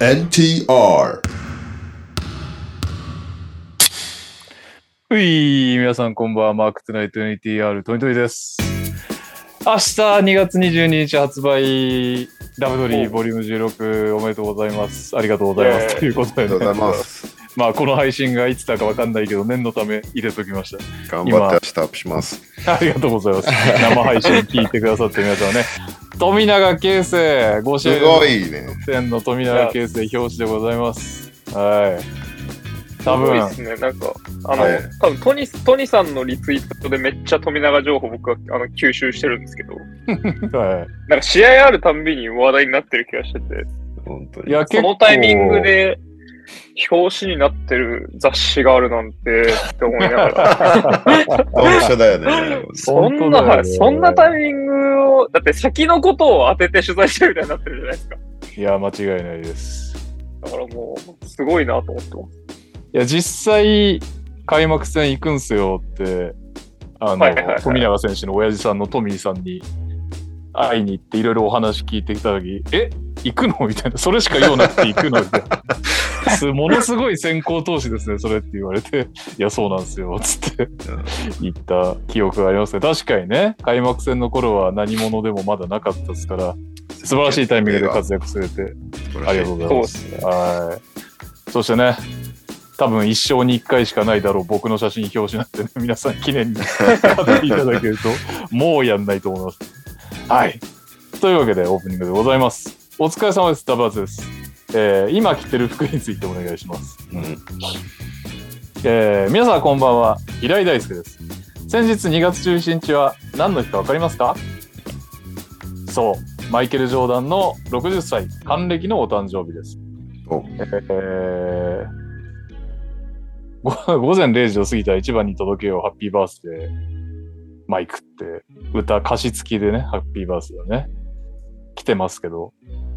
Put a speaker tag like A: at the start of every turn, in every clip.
A: NTR
B: うい、皆さんこんばんは。マークトゥナイト NTR トニトリです。明日2月22日発売、ラブドリーボリューム16おめでとうございます。ありがとうございま
C: イエー
B: す。
C: イ
B: ということ
A: あ
B: で、
A: りがとうござい
B: ね、
A: ます。
B: まあこの配信がいつだかわかんないけど、念のため入れときまし
A: 頑張って明日アップします。
B: た。ありがとうございます。生配信聞いてくださってる皆さんはね、 富永啓生、ご支
A: す
B: 援
A: ごいね。
B: 戦の富永啓生表紙でございます。 はい。多
C: すごい
B: 分
C: で、すね。なんか、あの、
A: はい
C: 多分トニトニさんのリツイートでめっちゃ富永情報僕はあの吸収してるんですけど、
B: は
C: なんか試合あるたんびに話題になってる気がしてて、
A: 本当
B: い。
A: に。
B: いや、
C: そのタイミングで表紙になってる雑誌があるなんてって思いなが ら。
A: 同社だよね。
C: そん
B: 本
C: な、
B: 当だ
C: は
B: よ
C: い
B: ね
C: そんなタイミングを、だって先のことを当てて取材してるみたいになってるじゃないですか。
B: いや、間違いないです。
C: だからもう、すごいなと思ってます。
B: いや、実際、開幕戦行くんすよって、あの、
C: はいはいはい
B: 富永選手の親父さんのトミーさんに会いに行って、いろいろお話聞いてきたとき、え行くのみたいな、それしか用なくて行くのみたいな。すものすごい先行投資ですね、それって言われて、いや、そうなんですよ、つって
A: ん
B: 言った記憶がありますね。確かにね、開幕戦の頃は何者でもまだなかったですから、 素晴らしいタイミングで活躍されて、ありがとうござい
C: そう
B: ま。
C: ですすね。
B: はい。そしてね、多分一生に一回しかないだろう、僕の写真表紙なんてね、 皆さん記念に買っていただけると、 もうやんないと思います。はい。というわけで、オープニングでございます。お疲れ様です。ダブアツです。えー今着てる服についてお願いします。
A: うん
B: えー皆さんこんばんは。平井大輔です。先日2月17日は何の日かわかりますかそう、マイケル・ジョーダンの60歳、還暦のお誕生日です。
A: お
B: えーご 午前0時を過ぎた1番に届けよう、ハッピーバースデー、マイクって、歌、歌詞付きでね、ハッピーバースデーね、来てますけど、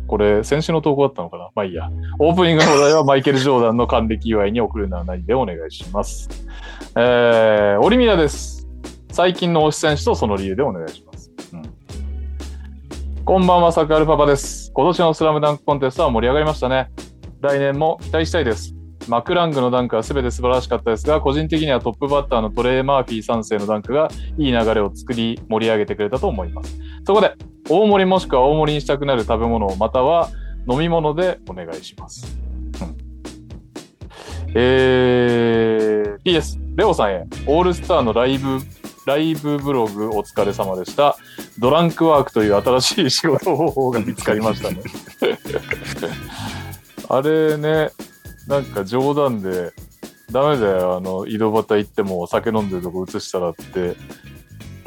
B: これ、先週の投稿だったのかなまあいいや。オープニングのお題はマイケル・ジョーダンの還暦祝いに送るのは何でお願いします。えー、オリミラです。最近の推し選手とその理由でお願いします。うんこんばんは、サクアルパパです。今年のスラムダンクコンテストは盛り上がりましたね。来年も期待したいです。マクラングのダンクは全て素晴らしかったですが、個人的にはトップバッターのトレー・マーフィー3世のダンクがいい流れを作り盛り上げてくれたと思います。そこで、大盛りもしくは大盛りにしたくなる食べ物または飲み物でお願いします。うんえー、PS、レオさんへ、オールスターのライブ、ライブブログお疲れ様でした。ドランクワークという新しい仕事方法が見つかりましたね。 あれね、なんか冗談で、ダメだよ、あの、井戸端行っても酒飲んでるとこ映したらって、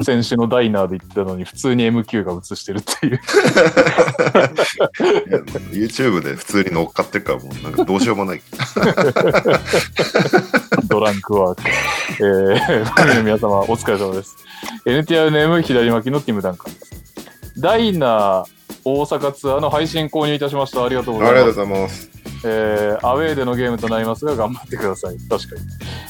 B: 先週のダイナーで言ってたのに、普通に MQ が映してるっていう。
A: いや YouTube で普通に乗っかってるから、もうなんかどうしよう もない。
B: ドランクワーク。えー、ファンの皆様、お疲れ様です。NTR ネーム、左巻きのティム・ダンカンです。ダイナー大阪ツアーの配信購入いたしました。ありがとう
A: あ
B: ご
A: り
B: ざい
A: がと
B: ま
A: うご
B: す。
A: ざいます。
B: えーアウェーでのゲームとなりますが、頑張ってください。確かに。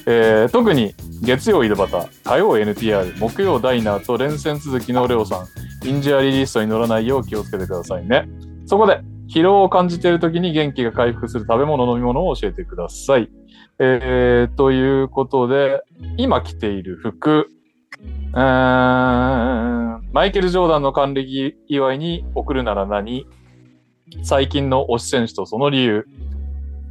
B: えー特に、月曜井戸端、火曜 NTR、木曜ダイナーと連戦続きのレオさん、インジャリーリストに乗らないよう気をつけてくださいね。そこで、疲労を感じているときに元気が回復する食べ物、飲み物を教えてください。えーということで、今着ている服、うーんマイケル・ジョーダンの還暦祝いに送るなら何最近の推し選手とその理由、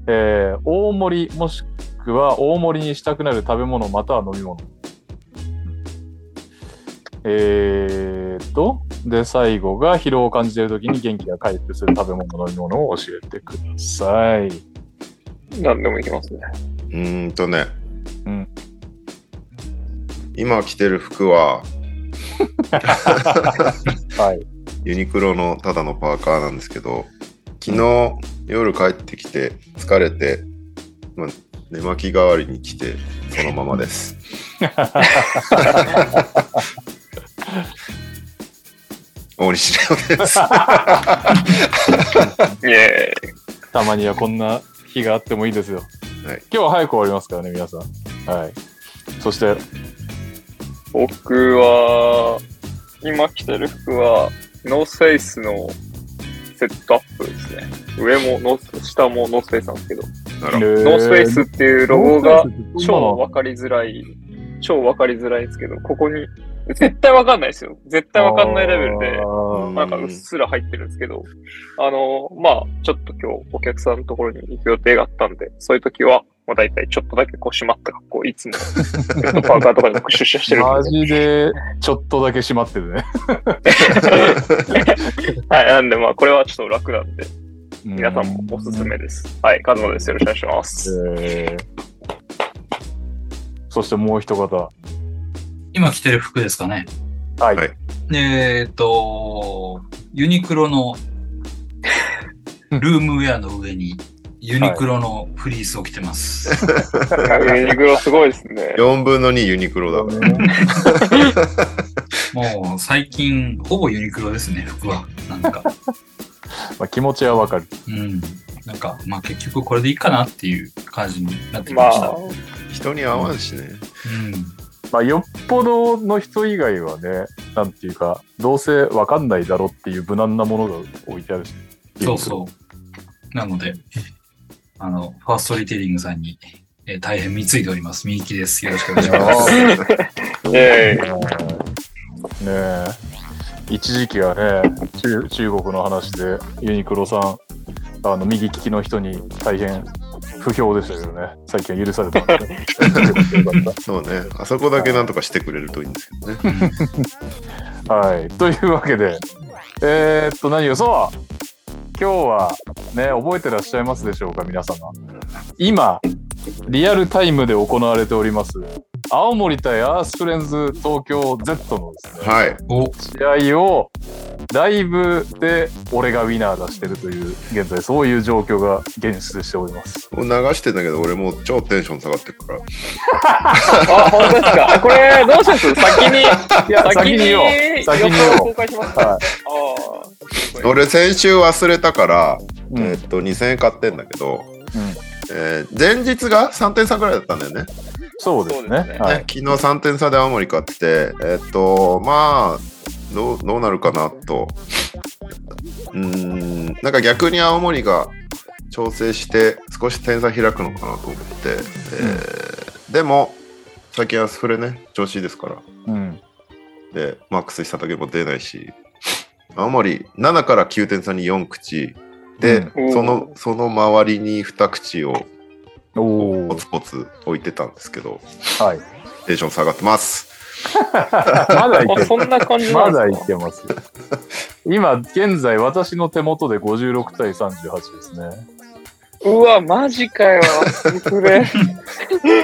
B: えー大盛りもしくは大盛りにしたくなる食べ物または飲み物。えー、と、で、最後が疲労を感じているときに元気が回復する食べ物、飲み物を教えてください。
C: 何でもいきますね。
A: うーんとね。
B: うん
A: 今着てる服は
B: はい。
A: ユニクロのただのパーカーなんですけど、昨日夜帰ってきて疲れて、まあ、寝巻き代わりに着てそのままです。大西レオです。
C: イエ
B: たまにはこんな日があってもいいですよ。
A: はい
B: 今日は早く終わりますからね、皆さん。はい。そして、
C: ーイ。僕は、今着てる服は、ノースフェイスのセットアップですね。上もノース、下もノースペースなんですけど、
A: なら、
C: ノースペースっていうロゴが
B: ノースペースってどんな
C: 超わかりづらい、超わかりづらいんですけど、ここに、絶対わかんないですよ。絶対わかんないレベルで
B: あ、ー
C: なんかうっすら入ってるんですけど、あの、まあ、ちょっと今日お客さんのところに行く予定があったんで、そういう時は、まあ大体ちょっとだけこう締まった格好、いつも、パーカーとかで僕出社してるん
B: マ
C: で。
B: ジで、ちょっとだけ閉まってるね。
C: はい、なんでまあこれはちょっと楽なんで、皆
B: 皆
C: さんもおすすめです。はい、カズマです。よろしくお願いします。
B: えーそしてもう一方。
D: 今着てる服ですかね。
B: はい。
A: はい
D: えっ、と、ユニクロ のルームウェアの上にユニクロのフリースを着てます。
C: ユニクロすごいですね。
A: 4分の2ユニクロだから。
D: もう最近ほぼユニクロですね、服は。なんか。
B: まあ、気持ちはわかる。
D: うん。なんか、まあ結局これでいいかなっていう感じになってき
C: ま
D: ました。
C: あ、
A: 人に合わんしね。
D: う
B: まあ、よっぽどの人以外はね、なんていうか、どうせわかんないだろっていう無難なものが置いてあるし。
D: ん。そうそう。なので、あの、ファーストリテイリングさんに、えー大変貢いでおります。みゆきです。よろしくお願いします。
C: ええ
B: ねえ一時期はね中中国の話でユニクロさんあの右利きの人に大変不評でしたけどね最近は許されたんで、 ね、よかっ
A: そうね。あそこだけなんとかしてくれるといいんですけどね。
B: たはいというわけでえー、っと何よそう今日はね覚えてらっしゃいますでしょうか皆様今リアルタイムで行われております青森対アースフレンズ東京 Z のですね
A: はい。
D: お、
B: 試合をライブで俺がウィナー出してるという現在そういう状況が現出しております
A: 流してんだけど、俺もう超テンション下がってるから。
C: あ、本当ですか。これ、どうします先に、
B: いや
C: 先に
B: よ 先に
C: 予想を
B: よ
C: 公開します。
B: は
C: ああ。
A: 俺、先週忘れたから、
B: う、うん
A: えーっと、2000円買ってんだけど、えー前日が3点差ぐらいだったんだよね。
B: そうですね
C: そうですね
B: はい
A: ね、昨日3点差で青森勝ってて、えっと、まあ、どうどうなるかなと。うーん、なんか逆に青森が調整して、少し点差開くのかなと思って、えーでも、最近はスフレね、調子いいですから。
B: うん、
A: で、マックスしただけも出ないし、青森、7から9点差に4口、で、
C: うん
A: そのその周りに2口をポ
B: おお
A: ツポツ置いてたんですけど、
B: はい
A: テンション下がってます。
B: まだいけ
C: あ
B: る
C: そんな感じな
B: ま
C: んで
B: だ
C: すか
B: いけます今現在私の手元で56対38ですね
C: うわ、マジかよ。これ。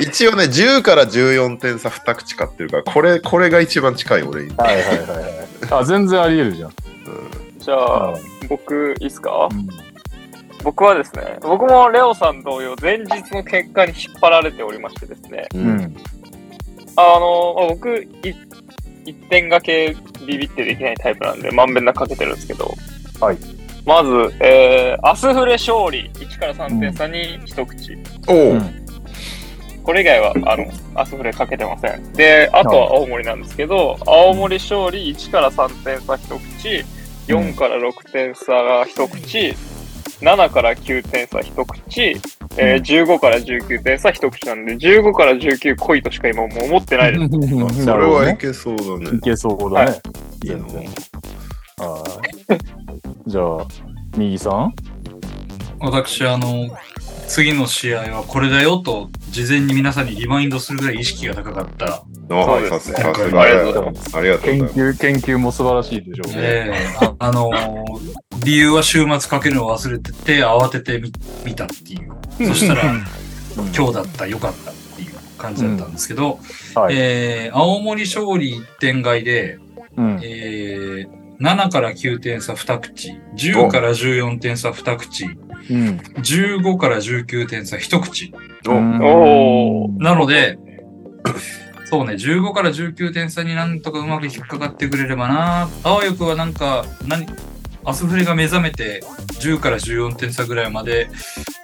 A: 一応ね10から14点差2口買ってるからこれこれが一番近い俺に、
B: はいはいはいはいあ全然ありえるじゃん、
C: じゃあ
B: う、
C: 僕、いいっすか
B: ん
C: 僕はですね、僕もレオさん同様、前日の結果に引っ張られておりましてですね、
A: うん
B: うん、
C: あの、まあ僕、い一点掛けビビってできないタイプなんで、まんべんなくかけてるんですけど、
B: はい。
C: まず、えー、アスフレ勝利、1から3点差に一口。
A: おお、
B: うん
C: これ以外は、あの、アスフレかけてません。で、あとは青森なんですけど、青森勝利1から3点差一口、4から6点差が一口、7から9点差一口、えー15から19点差一口なんで、15から19濃いとしか今もう思ってないです。
A: そ
B: そ
A: れはい
B: ね
A: けそうだね
B: いけそうだね、
C: はい
A: いの
B: はい じゃあ、右さん
D: 私、あの、次の試合はこれだよと、事前に皆さんにリマインドするぐらい意識が高かった。
A: あ
C: そ
A: さ
C: うですすね
A: さす
D: あ
A: が
C: りがとう
A: だ
C: ご
A: よ
C: ざ
A: ありがとう
B: 研
A: ござい
B: 究、研究も素晴らしいでしょうね。
D: ええああのー理由は週末かけるのを忘れてて、慌ててみ見たっていう。そしたら、今日だった、良かったっていう感じだったんですけど、
B: はい
D: えー青森勝利1点外で、
B: うん
D: えー7から9点差2口、10から14点差2口、
B: うん
D: 15から19点差1口。
A: ます
C: お
D: なので、そうね、15から19点差になんとかうまく引っかかってくれればな。あわよくはなんか、何、アスフレが目覚めて10から14点差ぐらいまで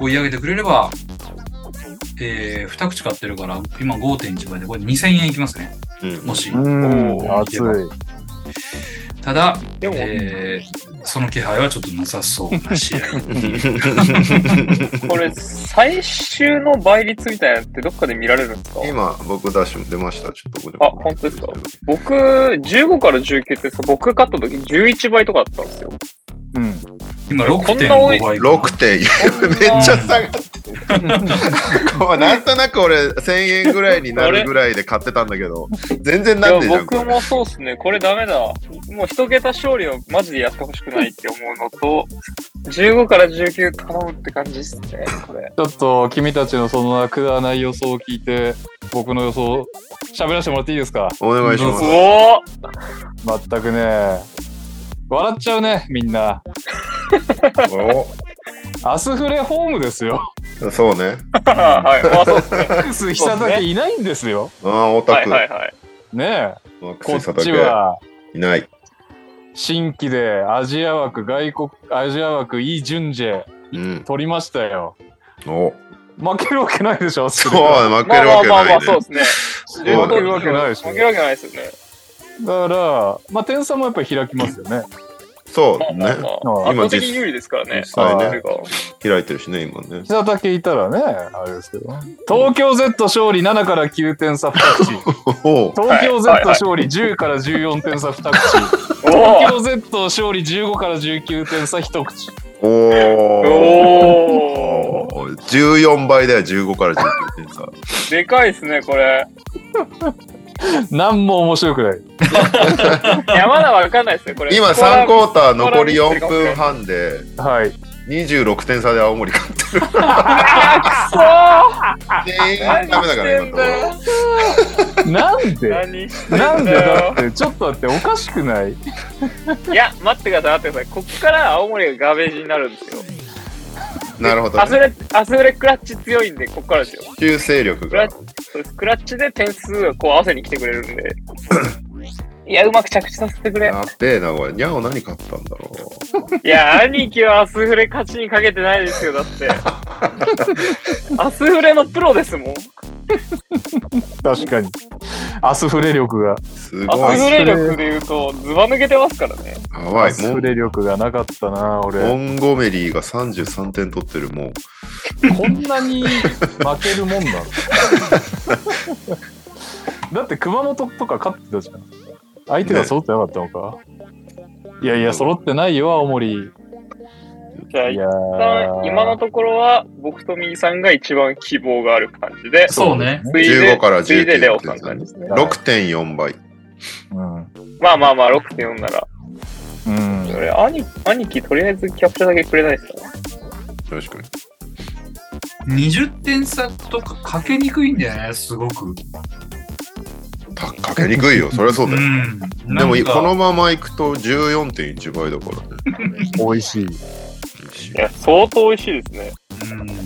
D: 追い上げてくれれば、えー、2口買ってるから、今5.1倍で、これ2000円いきますね。
A: おうん
D: もし。
B: うん
C: お
B: 熱い。
D: ただ、
C: でも、
D: えーその気配はちょっとなさそうな試 合。
C: これ、最終の倍率みたいなのってどっかで見られるんですか
A: 今、僕ダッシュ出ました。ちょっとここで
C: あ本当ですか僕、15から19ってさ、僕勝った時11倍とかだったんですよ。
B: うん。
D: 今
C: な多い
D: 6.5倍。
A: 6点。
C: こん
A: め
C: な
A: っちゃ下がってる。こうなんとなく俺、1000円ぐらいになるぐらいで買ってたんだけど、全然なっ
C: い
A: てんじ
C: や
A: ゃん。こ
C: 僕
A: れ
C: もそうっすね。これダメだ。もう一桁勝利をマジでやってほしくないって思うのと、15から19頼むって感じっすね、これ。
B: ちょっと君たちのそのくだらない予想を聞いて、僕の予想、喋らせてもらっていいですか
A: お願いし
D: ど
A: ま
D: う
A: す
D: ぞ。
C: お
B: 全くね。笑っちゃうね、みんな。アスフレホームですよ。
A: おそうね。
C: お はい、まあそうっ すね。
B: 久々いないんですよ。
A: ああ、オタ
C: はい
A: ク。
C: はいはい。
B: ねえ。
A: マック
B: こ
A: ス
B: っ
A: 佐
B: ち
A: 竹
B: は、
A: いない。
B: 新規でアジア枠、外国、アジア枠、イ・ジュンジェ、
A: うん。
B: 取りましたよ。
A: お
B: 負けるわけないでしょ、ア
A: そ
B: ス
A: う
B: フレ
A: だね、負け
C: まあ
A: る
C: ま
A: わ
C: あ
A: け
C: まあま
A: ない
C: あ、そう
A: ね
C: っ。すね。
A: う
B: 負け
A: だね
B: るわけないでしょ
C: 負け。るわけないですよね。
B: だから、まあ、点差もやっぱり開きますよね。
A: そう
C: まあまあ
A: ね。
C: まあ、
B: 今
C: 圧倒的有利ですからね
A: 実。際
B: ね
C: それが
A: 開いてるしね、今ね。
B: 膝だけいたらね、あれですけど。東京 Z 勝利7から9点差2口。
A: おう
B: 東京
C: はいはい
B: Z
C: はい
B: 勝利10から14点差2口。 東京 Z 勝利15から19点差1口。
A: お
C: お
A: お。
C: おお
A: 14倍だよ、15から19点差。
C: でかいですね、これ。
B: なんも面白くない。
C: いや、まだわかんないですね、これ。
A: 今
C: ここは
A: 3クォーター残り4分半で
B: はい。
A: 26点差で青森勝ってる。
C: あ
A: 全員
C: くそー
A: ダメだから
C: 何してん
A: 今
C: だよ
A: のとこ
B: なんで
C: 何してんだよ
B: なんでだって、ちょっと待って、おかしくない
C: いや、待ってください、待ってください。こっから青森がガベージになるんです
A: ろ。
C: よ。
A: なるほど
C: アス
A: ね。
C: レ、アスレクラッチ強いんで、こっからですよ。
A: 修正力が。
C: そうです。クラッチで点数をこう合わせに来てくれる んで。いや、うまく着地させてくれ。
A: やっべえな、これ。にゃお何勝ったんだろ
C: いや、兄貴はアスフレ勝ちにかけてないですよ、だって。アスフレのプロですもん。
B: 確かに。アスフレ力が、
A: う。すご
C: ア
A: い
C: ス。フレ力で言うと、ズバ抜けてますからね。
A: や
B: ア
A: ばい。
B: ス
A: モ
B: フ
A: ン
B: レ力がなかったな、
A: モ
B: 俺。
A: ンゴメリーが33点取ってる、もう。
B: こんなに負けるもんなのだって熊本とか勝ってたじゃん。相手が揃ってなかったのか、いやいや、揃ってないよ、青森。
C: じゃあ、
B: い
C: 一
B: や
C: 旦
B: ー
C: 今のところは、僕とミーさんが一番希望がある感じで、
D: そうね。
C: 次いで
A: 15から19
C: 次いでレオさんなんですね。
A: 6.4倍。
B: うん。
C: まあまあまあ、6.4なら。
B: うん。
C: それ、兄兄貴、とりあえずキャプチャーだけくれないですか
A: 確かに。
D: 20点差とかかけにくいんだよね、すごく。
A: たかけにくいよ。そりゃそう
D: う
A: だよ。
D: ん。
A: でも、
D: なんか
A: このまま行くと14.1倍だからね。
B: 美味しい。
C: いや、相当美味しいですね。
D: うん。いや、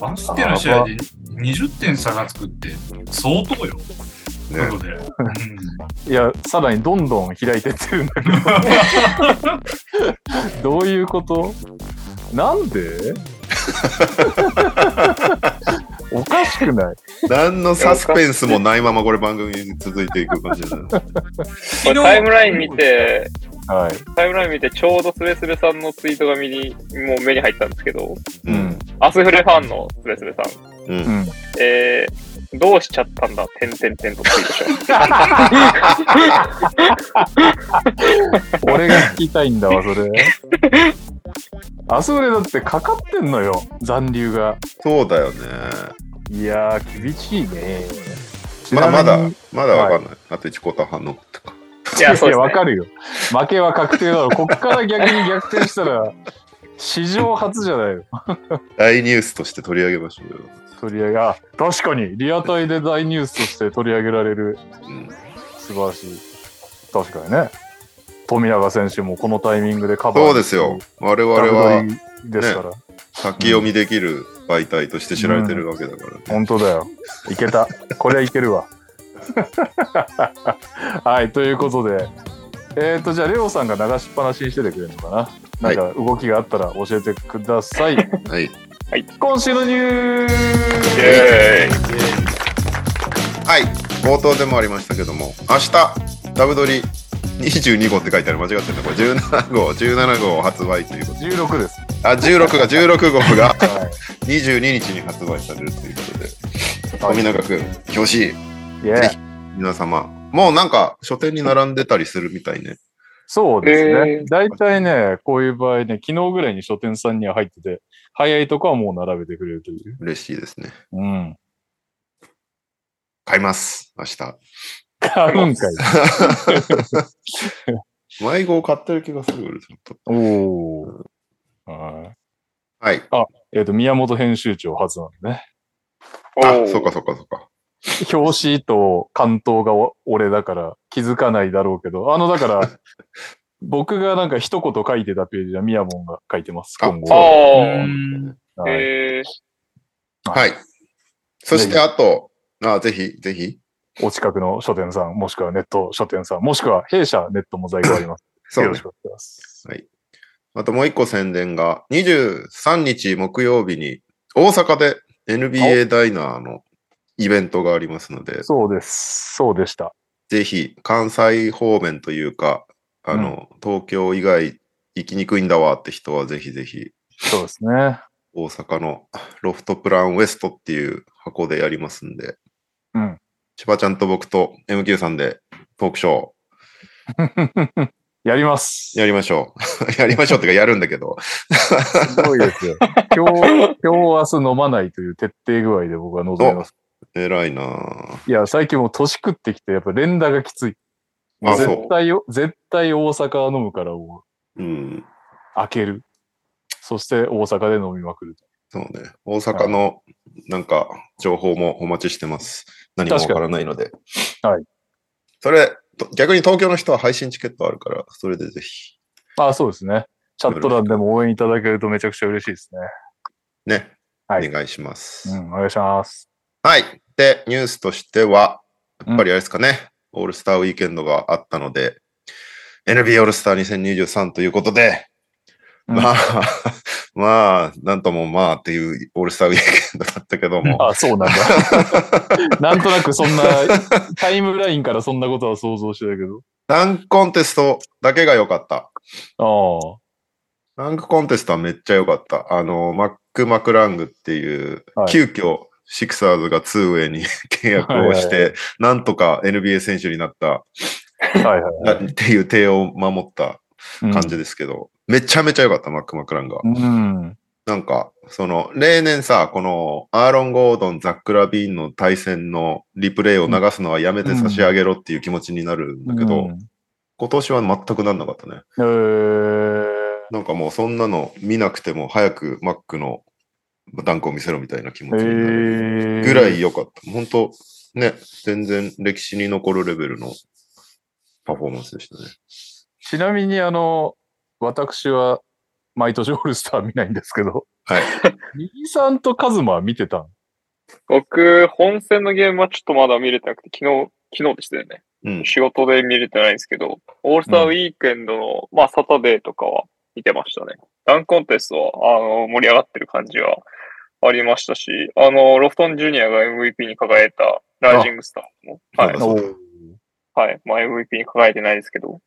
D: バスケの試合で20点差がつくって、相当よ。とい
A: ね
D: うこ、とで。うん
B: いや、さらにどんどん開いてってるんだけ ど。どういうことなん でおかしくない
A: 何のサスペンスもないままこれ番組に続いていく感じだね。
C: これタイムライン見、て、
B: はい。
C: タイムライン見て、ちょうどスレスレさんのツイートが目に、もう目に入ったんですけど、
A: うん。
C: アスフレファンのスレスレさ
A: う
C: ん、
A: ん
B: う。ん。
C: えー、どうしちゃったんだ、てんてんてんとツイートしまし
B: 俺が聞きたいんだわ、そ れ。あそれだってかかってんのよ、残留が。
A: そうだよね。
B: いやー、厳しいね。
A: まあ、ま
B: ちなみ
A: だ
B: に、
A: まだわかんない。あと1コーター半残ってか。
C: た。いや、そう
B: いや、
C: です
B: わ
C: ね。
B: かるよ。負けは確定だろ。こっから逆に逆転したら、史上初じゃないよ。
A: 大ニュースとして取り上げましょうよ。
B: 取り上げ、あ、確かに、リアタイで大ニュースとして取り上げられる、
A: うん。
B: 素晴らしい。確かにね。富永選手もこのタイミングでカバー。
A: そうですよ。。我々
B: 我々
A: は
B: は。ですから。
A: 先読みできる媒体として知られてるわけだからね。
B: 本当だよ。いけた。これはいけるわ。 はい、ということで。えっ、と、じゃあ、レオさんが流しっぱなしにしててくれるのかな。なんか動きがあったら教えてください。
A: はい。
B: 今週のニュー
C: イ
B: ス
C: ェーイ。
A: はい、冒頭でもありましたけども、明日、ダブドリ22号って書いてある間違ってるなこれ17号17号発売ということで
B: 16です。
A: あ16が16号が
B: は
A: 22日に発売されるということで
B: い。
A: 富永君表紙
B: いや
A: ぜひ皆様もうなんか書店に並んでたりするみたいね
B: そうです
C: え
B: ね
C: ー。
B: 大体ね、こういう場合ね、昨日ぐらいに書店さんには入ってて、早いとこはもう並べてくれるという。
A: 嬉しいですね
B: うん。
A: 買います明日
B: 買うん かい。
A: 迷子を買ってる気がする俺ちょっと
B: おお。はい
A: はい
B: えっ、と、宮本編集長初なんでね。
A: あ
C: ー
A: そうかそうかそうか
B: 表紙と関東がお俺だから気づかないだろうけど、あの、だから、僕がなんか一言書いてたページは宮本が書いてます、
A: あ
B: 今
A: そ
B: 後。
D: う
C: ああ。
D: ん。
B: はい、
C: えー
A: はいそしてあとあぜひぜひ
B: お近くの書店さん、もしくはネット書店さん、もしくは弊社ネットも在庫あります。
A: そ
B: よ
A: う
B: ろ
A: ね
B: しくお願いします。
A: あともう一個宣伝が、23日木曜日に大阪で NBA ダイナーのイベントがありますので、
B: そうです。そうでした。
A: ぜひ関西方面というか、あの、東京以外行きにくいんだわって人はぜひぜひ
B: そうですね。
A: 大阪のロフトプランウエストっていう箱でやりますんで、
B: うん。
A: 千葉ちゃんと僕と MQ さんでトークショ
B: やります。
A: ーやりましょう。 やりましょうってかやるんだけど、
B: すごいで すよ。今日、今日明日飲まないという徹底具合で僕は臨みます。
A: 偉いなぁ。
B: いや、最近もう年食ってきて、やっぱ連打がきつい。
A: あそう
B: 絶対よ、絶対大阪飲むからもう
A: うん。
B: 開ける。そして大阪で飲みまくる。
A: そうね。大阪のなんか情報もお待ちしてます。何もわからないので。
B: はい。
A: それ、と逆に東京の人は配信チケットあるから、それでぜひ。
B: あ、そうですね。チャット欄でも応援いただけるとめちゃくちゃ嬉しいですね。
A: ね。
B: はい
A: お願いします、
B: うん、お願いします。
A: はい。で、ニュースとしては、やっぱ
B: うん
A: りあれですかね、オールスターウィーケンドがあったので、NBA オールスター2023ということで、
B: うん
A: まあ、 まあ、なんともまあっていうオールスターウィーケンドだったけども、
B: あ、そう なんだ。なんとなくそんな、タイムラインからそんなことは想像してたけど。
A: ダンコンテストだけが良かった。
B: ああ。
A: ランクコンテストはめっちゃ良かった。あの、マック・マクラングっていう、
B: はい
A: 急遽、シクサーズがツーウェイに 契約をして、
B: はい
A: なんとか NBA 選手になった、
B: はいはいはい。
A: っていう提案を守った
B: うん
A: 感じですけど、めちゃめちゃ良かった、マック・マクラングが。
B: うん。
A: なんか、その、例年さ、この、アーロン・ゴードン、ザック・ラビーンの対戦のリプレイを流すのはやめて差し上げろっていう気持ちになるんだけど、
B: うん
A: 今年は全くなんなかったね。
B: えー、
A: なんかもうそんなの見なくても早くマックのダンクを見せろみたいな気持
B: え
A: ちになる
B: ー、
A: ぐらい良かった。本当ね、全然歴史に残るレベルのパフォーマンスでしたね。
B: ちなみに、あの、私は毎年オールスター見ないんですけど、
A: はい。
B: 右さんとカズマは見てたん
C: 僕、本戦のゲームはちょっとまだ見れてなくて、昨日、昨日でしたよね。
A: うん。
C: 仕事で見れてないんですけど、オールスターウィークエンドの、まあ、サタデーとかは見てましたね。ダンコンテストは、あの、盛り上がってる感じはありましたし、あの、ロフトンジュニアが MVP に輝いたライジングスターも、
A: あ
C: は
A: そ
C: い、
A: うだそうだ
C: はい、まあ、MVP に輝いてないですけど、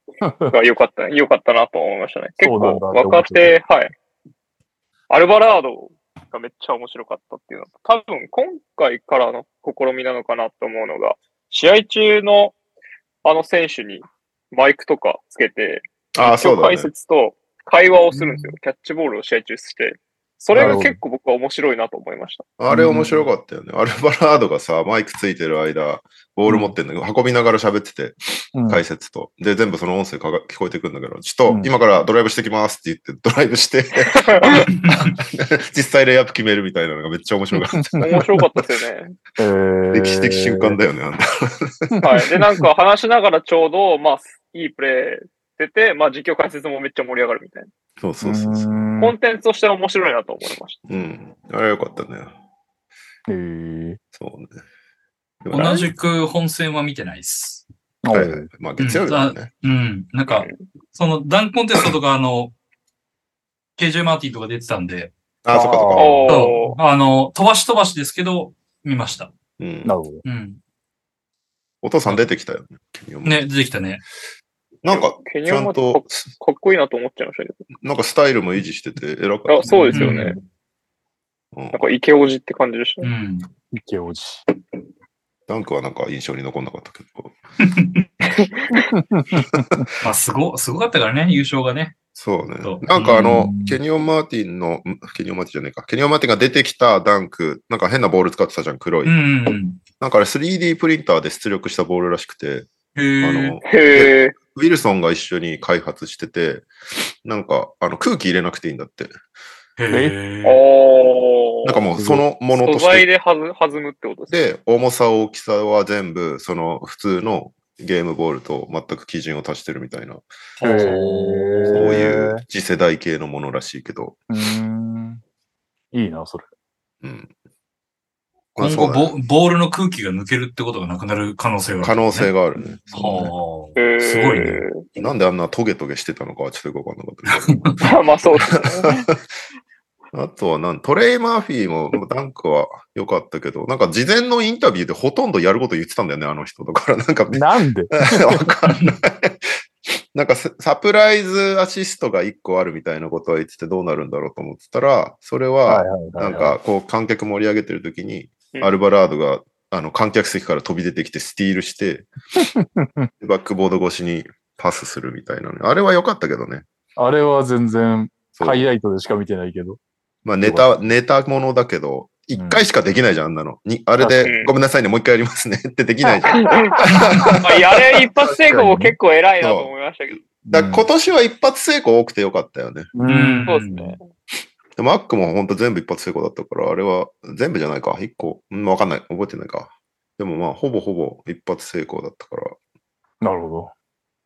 C: が良かった、良かったなと思いましたね。結
B: そうなん
C: 構、
B: だって思っ
C: 若手、はい。アルバラードがめっちゃ面白かったっていうのと、多分今回からの試みなのかなと思うのが、試合中のあの選手にマイクとかつけて、
A: ああ、
C: 実
A: そ
C: 況
A: うだ
C: 解
A: ね。
C: 説と会話をするんですよ。キャッチボールを試合中して。それが結構僕は面白いなと思いました。
A: あれ面白かったよね。アルバラードがさ、マイクついてる間、ボール持ってんだけど、運びながら喋ってて、
B: うん
A: 解説と。で、全部その音声かが聞こえてくるんだけど、ちょっと、
B: うん
A: 今からドライブしてきますって言って、ドライブして、 実際レイアップ決めるみたいなのがめっちゃ面白かった。
C: 面白かったですよね。
B: えー
A: 歴史的瞬間だよね、あんな
C: はい。で、なんか話しながらちょうど、まあ、いいプレー出て、まあ、実況解説もめっちゃ盛り上がるみたいな。
A: そうそうそうそう。
B: ん
C: コンテンツとしては面白いなと思いました。
A: うん。あれよかったね。
B: えー
A: そうね。でも
D: 同じく本戦は見てないです。
A: はいはい。まあ、月曜日だもんね。
D: うん。なんか、その、ダンコンテストとか、あの、KJ マーティンとか出てたんで、
A: ああ、そっかそっか。
C: お
D: そ
C: お
D: うあの、飛ばし飛ばしですけど、見ました。
A: うん
B: なるほど。
D: うん。
A: お父さん出てきたよね。君も
D: ね、出てきたね。
A: なんか、
C: ケニ
A: ち
C: ア
A: ゃ
C: も
A: ん
C: かっ
A: と、
C: かっこいいなと思っちゃいましたけ
A: なんかスタイルも維持してて偉か
C: ど。
A: っ
C: あ、そうですよ
D: う
C: ね。
A: た。うん
C: なんか、イケオジって感じでした
D: う
C: ね。
D: ん。
B: 池王子。
A: ダンクはなんか印象に残んなかったけど。
D: まあ、すご、すごかったからね、優勝がね。
A: そうね
D: そう。
A: なんかあの
D: うん、
A: ケニオン・マーティンの、んケニオン・マーティンじゃねえか。ケニオン・マーティンが出てきたダンク、なんか変なボール使ってたじゃん、黒い。
D: うんうん
A: なんかあれ 3D プリンターで出力したボールらしくて、
D: うん。
A: あ
D: へえ。
A: の、
C: へえ。
A: ウィルソンが一緒に開発してて、なんかあの空気入れなくていいんだって。
D: へ
C: あ
D: え。
C: ー。
A: なんかもうそのものと
C: 素
A: し
C: 材
A: て。
C: で弾む弾むってことですね。
A: で、重さ、大きさは全部、その普通のゲームボールと全く基準を足してるみたいな、
B: へー
A: そういう次世代系のものらしいけど。
B: うーん。いいな、それ。
A: うん。まあ
D: 今
A: そ
D: 後
A: うだね
D: ボ、ボールの空気が抜けるってことがなくなる可能性はある、
A: 可能性があるね。
D: は
C: へー
D: あ。すごいね。
A: なんであんなトゲトゲしてたのかはちょっとよくわかんなかったけ ど。
C: ま あまあそうですね。
A: あとはなん、トレイ・マーフィーもダンクは良かったけど、なんか事前のインタビューでほとんどやること言ってたんだよね、あの人。だからなんか、
B: な んで
A: わかんない。なんかササプライズアシストが1個あるみたいなことは言っててどうなるんだろうと思ってたら、それ
B: はい
A: は
B: はいは
A: ないん
B: はい。
A: かこう観客盛り上げてる時に
C: う、ん
A: アルバラードがあの観客席から飛び出てきてスティールして、バックボード越しにパスするみたいなね。あれは良かったけどね。
B: あれは全然、
A: そう
B: ハイライトでしか見てないけど。
A: まあネタ、ネタものだけど、一回しかできないじゃん、あんなの。に、あれ
C: 確か
A: で、
C: に
A: ごめんなさいね、もう一回やりますねってできないじゃん。
C: まあやれ一発成功も結構偉いなと思いましたけど。
A: だから今年は一発成功多くてよかったよね。
B: う
D: うん
B: ん。
C: そうですね。
A: でマックも本当全部一発成功だったから、あれは全部じゃないか、一個。うん、わかんない、覚えてないか。でもまあ、ほぼほぼ一発成功だったから、
B: なるほ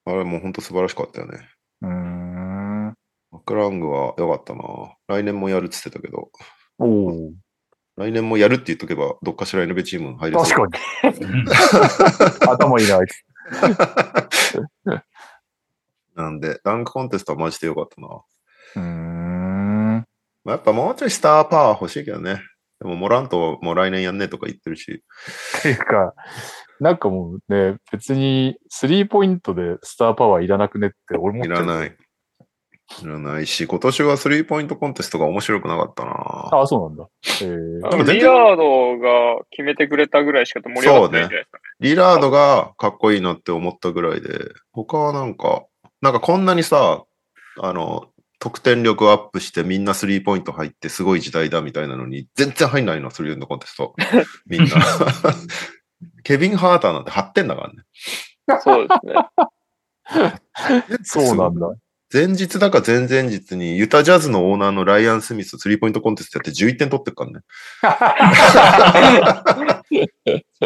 B: ど。
A: あれもう本当素晴らしかったよね。
B: うーん。
A: マクラングは良かったな。来年もやるって言ってたけど、
B: おお。
A: 来年もやるって言っとけば、どっかしら NB チームに入れそう
B: 確かに。 頭いいな、あいつ。
A: なんで、ダンクコンテストはマジで良かったな。
B: うーん。
A: まあ、やっぱもうちょいスターパワー欲しいけどね。でも、モラントも来年やんねえとか言ってるし。
B: っていうか、なんかもうね、別に、スリーポイントでスターパワーいらなくねって、俺も
A: いらない。いらないし、今年はスリーポイントコンテストが面白くなかったな。
B: ああ、そうなんだ。えー、
A: なんか全然
C: リラードが決めてくれたぐらいしか盛り上がってないんじゃないですか。
A: リラードがかっこいいなって思ったぐらいで、他はなんか、なんかこんなにさ、あの、得点力アップしてみんなスリーポイント入ってすごい時代だみたいなのに、全然入んないの、スリーポイントコンテス ト。みんな。 ケビン・ハーターなんて張ってんだからね。
C: そうですね。
B: そうなんだ。
A: 前日だか前々日にユタジャズのオーナーのライアン・スミススリーポイントコンテストやって11点取ってるからね。ジ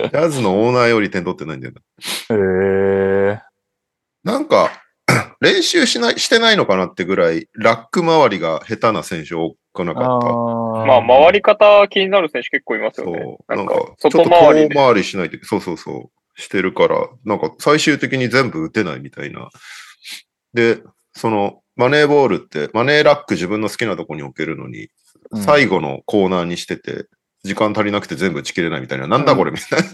A: ャズのオーナーより点取ってないんだよね。
B: え ー、
A: なんか、 練習しない、してないのかなってぐらい、ラック周りが下手な選手多くなか
B: あ
A: った。
B: ー
C: まあ、回り方気になる選手結構いますよね
A: そ。う。
C: な
A: なんん
C: か
A: か、ちょっと
C: 外
A: 遠
C: 回りで。
A: 回りしないと、そうそうそう、してるから、なんか最終的に全部打てないみたいな。で、その、マネーボールって、マネーラック自分の好きなとこに置けるのに、
B: うん
A: 最後のコーナーにしてて、時間足りなくて全部打ち切れないみたいな、なんだこれみたいな。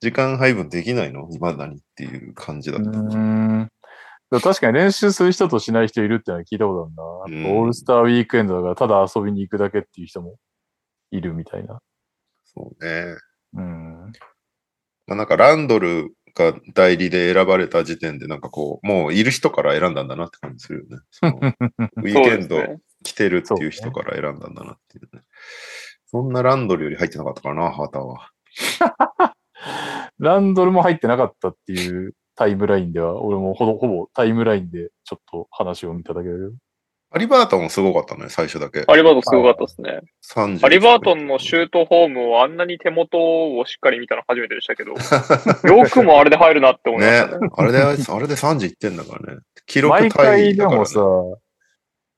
A: 時間配分できないの未だにっていう感じだ
B: う
A: った。
B: ーん。でも確かに練習する人としない人いるってのは聞いたことあるな。
A: うん
B: オールスターウィークエンドだからただ遊びに行くだけっていう人もいるみたいな。
A: そうね。
B: うん。
A: まあ、なんかランドルが代理で選ばれた時点で、なんかこう、もういる人から選んだんだなって感じするよね。 そのウィー
C: そう
A: ケ
C: で
A: ン
C: す
A: ド
C: ね。
A: 来てるっていう人から選んだんだなっていうね。そんなランドルより入ってなかったからな、ハーターは。
B: ランドルも入ってなかったっていうタイムラインでは、俺もほぼほぼタイムラインでちょっと話を見ただけだけど。
A: アリバートンもすごかったね、最初だけ。
C: アリバートンすごかったですね。
A: 30
C: アリバートンのシュートフォームをあんなに手元をしっかり見たの初めてでしたけ ど、よくもあれで入るなって思いまし
A: ね
C: たね。、
A: あれで、あれで30いってんだからね。記録
B: 毎
A: 単位
B: 回
A: だか
B: で
A: ら、
B: も
A: ね。
B: さ、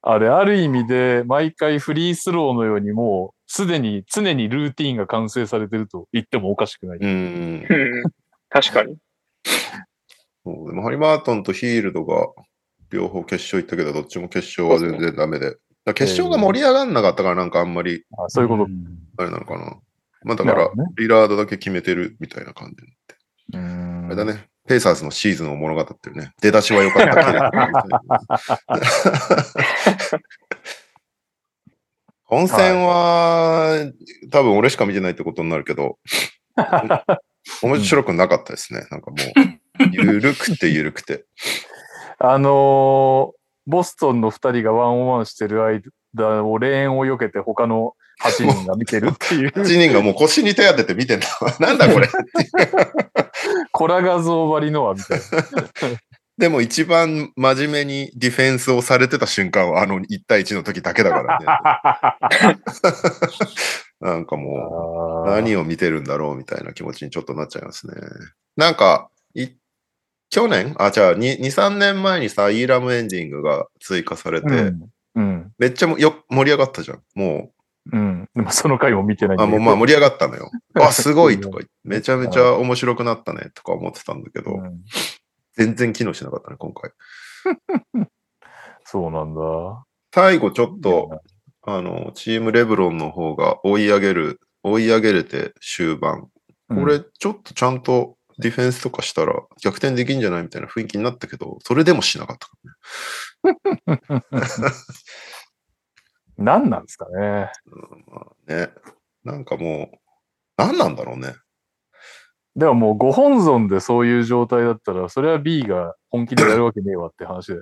B: あれ、ある意味で、毎回フリースローのようにもう、すでに、常にルーティーンが完成されてると言ってもおかしくない。
A: うん。
C: うん確かに。
A: そうでもハリバートンとヒールドが両方決勝行ったけど、どっちも決勝は全然ダメで。だから決勝が盛り上がんなかったから、なんかあんまり、
B: あそういうこと。
A: あれなのかな。まあだから
B: なるほどね、
A: リラードだけ決めてるみたいな感じ。
B: うーん
A: あれだね。ペイサーズのシーズンを物語ってるね。出だしは良かった。 本戦は、多分俺しか見てないってことになるけど、お面白くなかったですね。なんかもう、ゆるくてゆるくて。
B: あのーボストンの2人がワンオンワンしてる間をレーンを避けて他の8人が見てるっ ていう、
A: 8人がもう腰に手当てて見てんだ。なんだこれ。
B: コラ画像張りのはみたいな。
A: でも一番真面目にディフェンスをされてた瞬間は、あの1対1の時だけだからね。なんかもう。何を見てるんだろうみたいな気持ちにちょっとなっちゃいますね。なんか、い去年あ、じゃあ2、2 3年前にさ、イーラムエンディングが追加されて、
B: うんうん。
A: めっちゃもよ盛り上がったじゃん。も、
B: うん。でもその回も見てないうんだ
A: あ、
B: けど。
A: もうまあ盛り上がったのよ。あ、すごいとか言って、めちゃめちゃ面白くなったねとか思ってたんだけど、
B: うん
A: 全然機能しなかったね、今回。
B: そうなんだ。
A: 最後ちょっと、あの、チームレブロンの方が追い上げる、追い上げれて終盤。
B: うん、
A: これちょっとちゃんとディフェンスとかしたら逆転できんじゃないみたいな雰囲気になったけど、それでもしなかったからね。
B: 何なんですかね。
A: まあね。なんかもう、何なんだろうね。
B: でももうご本尊でそういう状態だったら、それは B が本気でやるわけねえわって話で。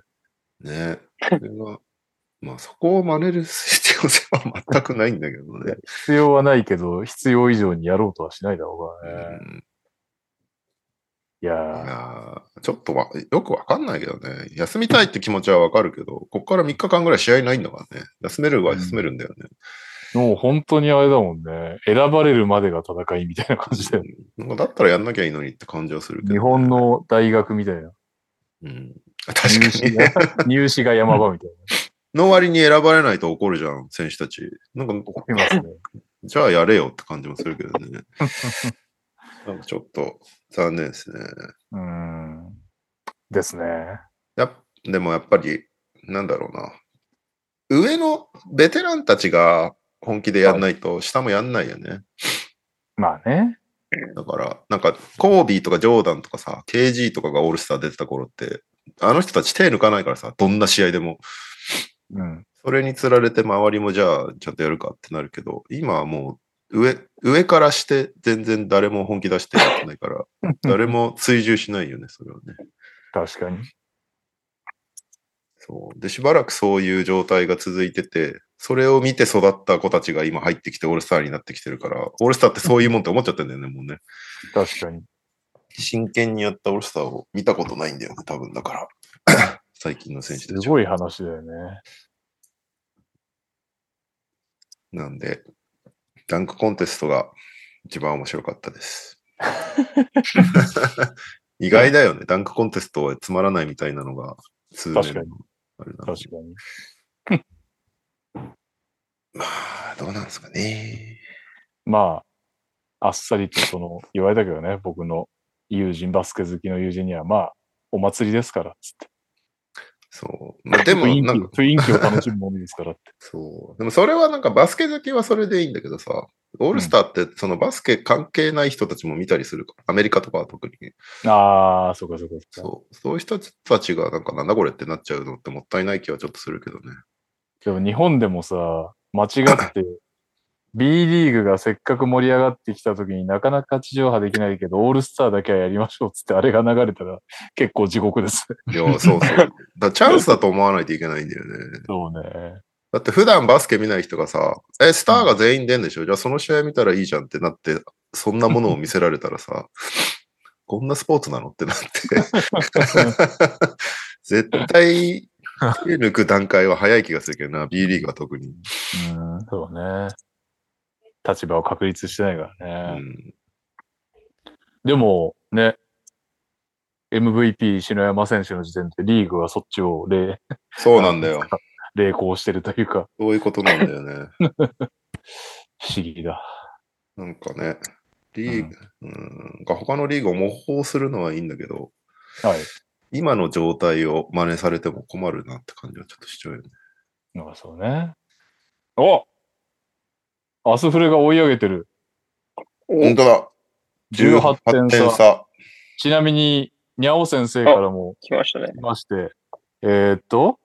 A: ね。それは まあそこを真似る必要性は全くないんだけどね。
B: 必要はないけど、必要以上にやろうとはしないだろう
A: う
B: からね。
A: ん
B: いや
A: い
B: ー
A: やーちょっとわよくわかんないけどね。休みたいって気持ちはわかるけど、こっから3日間ぐらい試合ないんだからね。休めるは休めるんだよね。
B: もう本当にあれだもんね。選ばれるまでが戦いみたいな感じで。
A: なんかだったらやんなきゃいいのにって感じはするけど、
B: 日本。の大学みたいな。
A: うん、確か
B: 入
A: に
B: 試。が、 入試が山場みたい
A: の割に選ばれないと怒るじゃん、選手たち。なんか、
B: な。いますね。
A: じゃあやれよって感じもするけどね。なんかちょっと残念ですね。
B: うーん。ですね。
A: やっでもやっぱり、なんだろうな。上のベテランたちが本気でやんないと、下もやんないよね。
B: まあね。
A: だから、なんか、コービーとかジョーダンとかさ、KG とかがオールスター出てた頃って、あの人たち手抜かないからさ、どんな試合でも。
B: うん。
A: それにつられて周りもじゃあちゃんとやるかってなるけど、今はもう上、上からして全然誰も本気出してやってないから、誰も追従しないよね、それはね。
B: 確かに。
A: そう。で、しばらくそういう状態が続いてて、それを見て育った子たちが今入ってきてオールスターになってきてるから、オールスターってそういうもんって思っちゃってんだよね、もうね。
B: 確かに。
A: 真剣にやったオールスターを見たことないんだよね、多分だから。最近の選手
B: す
A: たちは
B: ごい話だよね。
A: なんで、ダンクコンテストが一番面白かった です。意外だよね。ダンクコンテストはつまらないみたいなのが通年の
B: 確かに
A: あれなの
B: 確かに。
A: まあ、どうなんですかね。
B: まあ、あっさりとその、言われたけどね、僕の友人、バスケ好きの友人には、まあ、お祭りですから、つって。
A: そう。まあ、でも、
B: 雰囲
A: なんか、
B: 気、雰囲気を楽しむものですからって。
A: そう。でもそれはなんかバスケ好きはそれでいいんだけどさ、オールスターってそのバスケ関係ない人たちも見たりするから、アメリカとかは特に。
B: ああ、そうかそうかそうか。
A: そう。そういう人たちがなんかなんだこれってなっちゃうのってもったいない気はちょっとするけどね。
B: でも日本でもさ、間違って、B リーグがせっかく盛り上がってきた時になかなか地上波できないけど、オールスターだけはやりましょうっつって、あれが流れたら結構地獄です。
A: いや、そうそう。だからチャンスだと思わないといけないんだよね。
B: そうね。
A: だって普段バスケ見ない人がさ、え、スターが全員出んでしょじゃあその試合見たらいいじゃんってなって、そんなものを見せられたらさ、 こんなスポーツなのってな って。絶対、手抜く段階は早い気がするけどな、B リーグは特に。
B: うん、そうね。立場を確立してないか
A: う
B: らね。
A: ん、
B: でも、ね、MVP 篠山選手の時点でリーグはそっちを励
A: そうなんだよ。
B: 励行してるというか、
A: そういうことなんだよね。
B: 不思議だ。
A: なんかね、リーグ、うん、なんか他のリーグを模倣するのはいいんだけど、
B: はい。
A: 今の状態を真似されても困るなって感じはちょっとしちゃうよね。
B: なんかそうね。おアスフレが追い上げてる。
A: 本当だ。
B: 18点差
A: 差。
B: ちなみに、にゃお先生からも
C: 来ましたね。
B: 来まして、えーっと、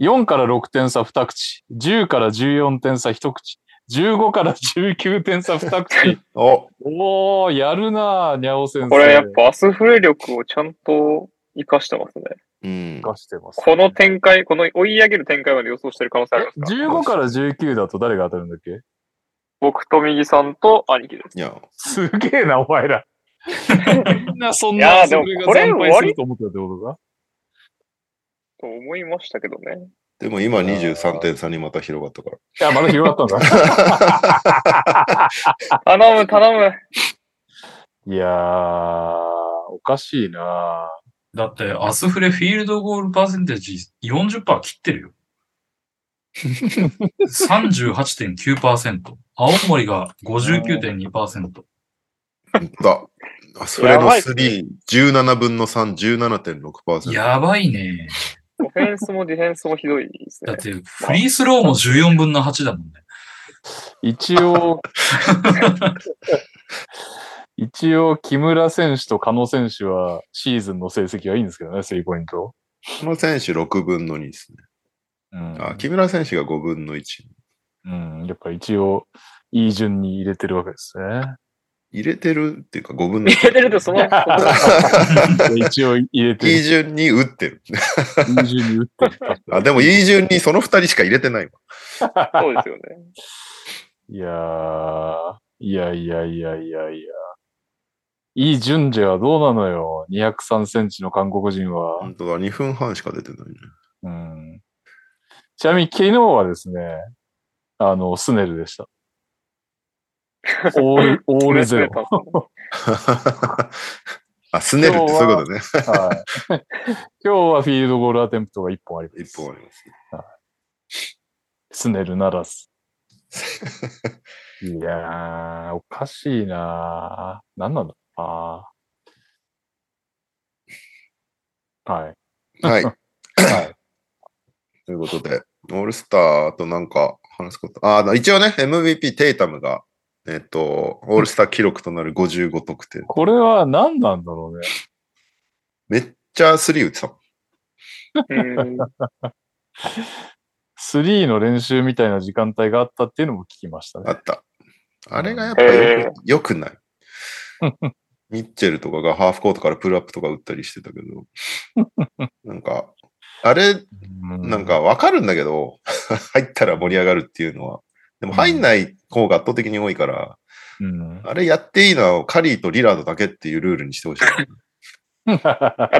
B: 4から6点差2口、10から14点差1口、15から19点差2口。
A: お
B: おー、やるなぁ、にゃお先生。
C: これやっぱアスフレ力をちゃんと活かしてますね。
A: うん。
B: 出してます、
C: この展開、この追い上げる展開まで予想してる可能性
B: え
C: ありますか
B: 15から19だと誰が当たるんだっけ
C: 僕と右さんと兄貴です。
A: いや、
B: すげえな、お前 ら。みんなそん
C: いや
B: な
C: ーでも
B: それが
C: これ
B: 惨敗すると思ってたってことか
C: と思いましたけどね。
A: でも今23点差にまた広がった から。
B: いや、まだ広がったんだ。
C: 頼む、頼む。
B: いやー、おかしいな
D: だって、アスフレフィールドゴールパーセンテージ40%切ってるよ。38.9%。青森が59.2%。
A: だ。あそれの3、17分の3、17.6%。
D: やばいね。
C: オフェンスもディフェンスもひどいです
D: だっ
C: ね。
D: て、フリースローも14分の8だもんね。
B: 一応、 一応、木村選手と加納選手はシーズンの成績はいいんですけどね、スリーポイント。
A: この選手6分の2ですね。
B: うん
A: あ、木村選手が5分の1。
B: うん、やっぱ一応、いい順に入れてるわけですね。
A: 入れてるっていうか5分の
C: 見
A: 1。
C: えてるとその、その
B: 一応入れて
A: いい
B: る、
A: 順に打ってる。
B: いい順に打ってる。
A: あ、でもいい順にその2人しか入れてないわ。
C: そうですよね。
B: いやー、いやいやいやいやいや。いい順次はどうなのよ。203センチの韓国人は
A: 本。当だ、2分半しか出てないね。
B: うん。ちなみに昨日はですね、あの、スネルでした。オー ル、 オールゼロ。
A: あ、すねるってそういうことね。
B: はい。 今日はフィールドゴールアテンプトが1本ありま
A: 一
B: す。
A: 本ありますね。
B: スネルならず。いやー、おかしいなー。何なんだあーはい。
A: はい。
B: はい。
A: ということで、オールスターとなんか話すこと。ああ、一応ね、MVP テイタムが、えっと、オールスター記録となる55得点。
B: これは何なんだろうね。
A: めっちゃスリー打ってたもん。
C: うん。
B: 3の練習みたいな時間帯があったっていうのも聞きました
A: あ
B: ね。
A: った。あれがやっぱよく,、
C: へー
A: よくない。ミッチェルとかがハーフコートからプルアップとか打ったりしてたけど、なんか、あれ、
B: うん
A: なんかわかるんだけど、 入ったら盛り上がるっていうのは。でも入んない方が圧倒的に多いから、
B: うん。
A: あれやっていいのはカリーとリラードだけっていうルールにしてほしい。
C: あ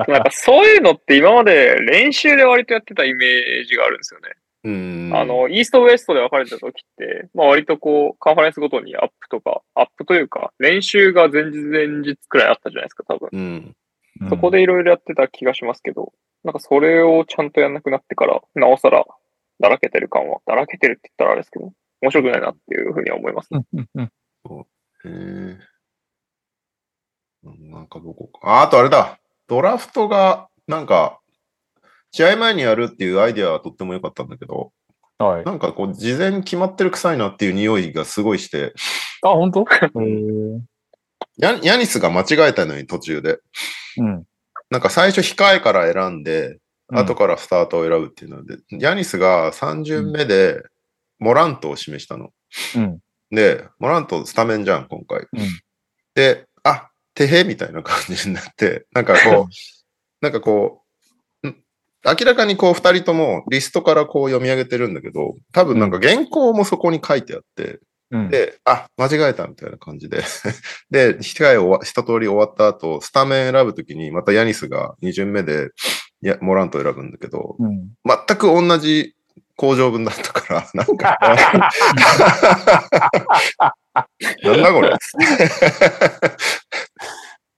C: となんかそういうのって今まで練習で割とやってたイメージがあるんですよね。
A: うん。
C: あの、イーストウエストで分かれた時って、まあ割とこう、カンファレンスごとにアップとか、アップというか、練習が前日前日くらいあったじゃないですか、多分。
A: うん。
B: うん
C: そこでいろいろやってた気がしますけど、なんかそれをちゃんとやんなくなってから、なおさら、だらけてる感は、だらけてるって言ったらあれですけど、面白くないなっていうふうには思います、ね。
A: へえ。なんかどこか。あ、あとあれだ。ドラフトが、なんか、試合前にやるっていうアイデアはとっても良かったんだけど、
B: はい。あ、
A: なんかこう、事前に決まってる臭いなっていう匂いがすごいして、
B: 本当？う
A: ヤヤニスが間違えたのに途中で。
B: ん。
A: なんか最初控えから選んで、
B: うん
A: 後からスタートを選ぶっていうので、ヤニスが3巡目で、モラントを示したの。
B: うん。
A: で、モラントスタメンじゃん、今回。
B: うん
A: で、あ、てへみたいな感じになって、 なんかこ う、なんかこう、ん明らかにこう二人ともリストからこう読み上げてるんだけど、多分なんか原稿もそこに書いてあって、
B: うん。
A: で、あ、間違えたみたいな感じで、 で、控えを終わした通り終わった後、スタメン選ぶときにまたヤニスが2巡目で、いや、モラントを選ぶんだけど、
B: うん。
A: 全く同じ工場分だったから、 なんか、なんだこれ。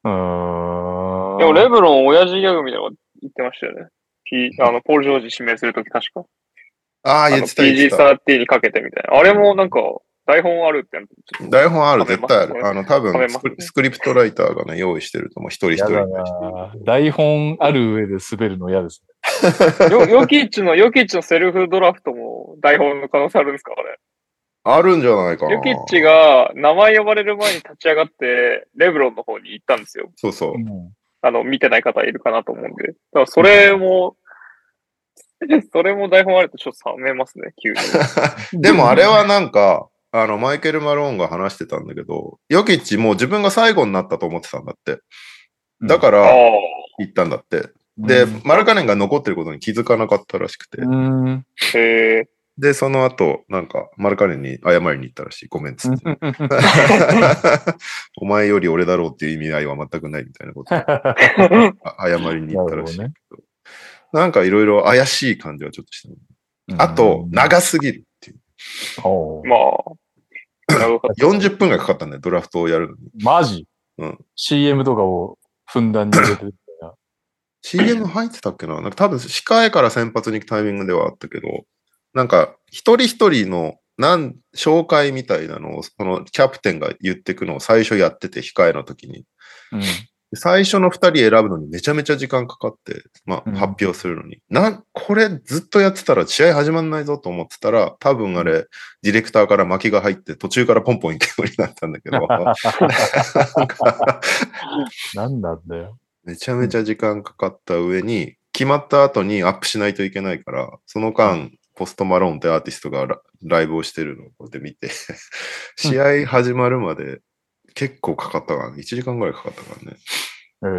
B: うーん。
C: でもレブロン親父ギャグみたいなこと言ってましたよね。P、あの、ポール・ジョージ指名するとき確か。
A: ああ、
C: あ
A: 言
C: の
A: ってた言ってた。
C: PG-13 にかけてみたいな。あれもなんか、台本あるってなってちょっと
A: 台本ある、
C: 食べ
A: 絶
C: ます
A: 対ある。あの、多
C: 食べ
A: 分
C: ます
A: スク、スクリプトライターがね、用意してると思う。一人一
B: や
A: 人
B: だ
A: に対して。
B: な台本ある上で滑るの嫌です。
C: よヨキッチの、ヨキッチのセルフドラフトも台本の可能性あるんですかあれ。
A: あるんじゃないかな。
C: ヨキッチ。が名前呼ばれる前に立ち上がって、レブロンの方に行ったんですよ。
A: そうそう
B: う。ん。
C: あの、見てない方いるかなと思うんで。だからそれも、 それも台本あるとちょっと冷めますね、 急に。
A: でもあれはなんか、あの、マイケル・マローンが話してたんだけど、ヨキッチもう自分が最後になったと思ってたんだって。だか
C: ああ
A: ら、行ったんだって。で、
B: う
A: マルカネンが残ってることに気づかなかったらしくて。
B: ん。 うん。
C: ー、へえ。
A: で、その後、なんか、マルカネンに謝りに行ったらしい。ごめんっつって。 お前より俺だろうっていう意味合いは全くないみたいなこと。あ謝りに行ったらしいけど。
B: なる
A: なんかいろいろ怪しい感じはちょっとした。あと、長すぎるっていう。
B: おう
C: まあ、なるほど。
A: 40分がかかったんだよ、ドラフトをやるのに。
B: マジ、
A: うん、
B: ?CM とかをふんだんに入れてる。
A: CM 入ってたっけななんか多分、控えから先発に行くタイミングではあったけど、なんか、一人一人の、なん、紹介みたいなのを、その、キャプテンが言ってくのを最初やってて、控えの時に。
B: うん。
A: で最初の二人選ぶのにめちゃめちゃ時間かかって、ま
B: う
A: あ、
B: ん
A: 発表するのに。なん、これずっとやってたら試合始まんないぞと思ってたら、多分あれ、ディレクターから巻きが入って、途中からポンポン行くようになったん だけど、なんか
B: なんなんだよ。
A: めちゃめちゃ時間かかった上に、決まった後にアップしないといけないから、その間、ポストマローンってアーティストがラライブをしてるのをこうやって 見て、試合始まるまで結構かかったからね。1時間ぐらいかかったからね。
B: え
A: これ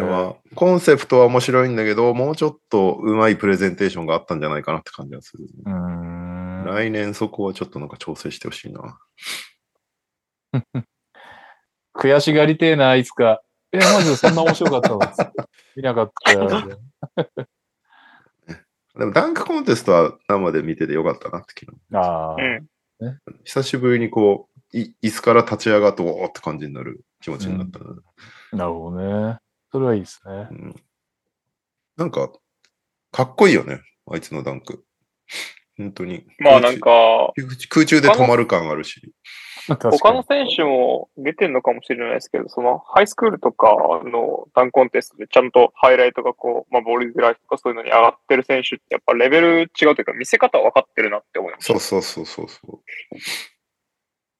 B: ー、
A: は、コンセプトは面白いんだけど、もうちょっとうまいプレゼンテーションがあったんじゃないかなって感じがする。
B: うーん。
A: 来年そこはちょっとなんか調整してほしいな。
B: 悔しがりてえな、いつか。え、マジでそんな面白かったわ。見なかったよ。
A: でもダンクコンテストは生で見ててよかったなって気が
B: ああ、
C: うん。
A: 久しぶりにこう、い椅子から立ち上がって、おーって感じになる気持ちになったな、
B: なるほどね。それはいいですね。
A: うんなんか、かっこいいよね。あいつのダンク。本当に。
C: まあなんか、
A: 空中。空中で止まる感あるし。
B: 確
C: 他
B: か
C: の
B: に。
C: 選手も出てるのかもしれないですけど、そのハイスクールとかのダンコンテストでちゃんとハイライトがこう、まあボールづらいとかそういうのに上がってる選手ってやっぱレベル違うというか見せ方分かってるなって思います。
A: そうそうそうそうそう。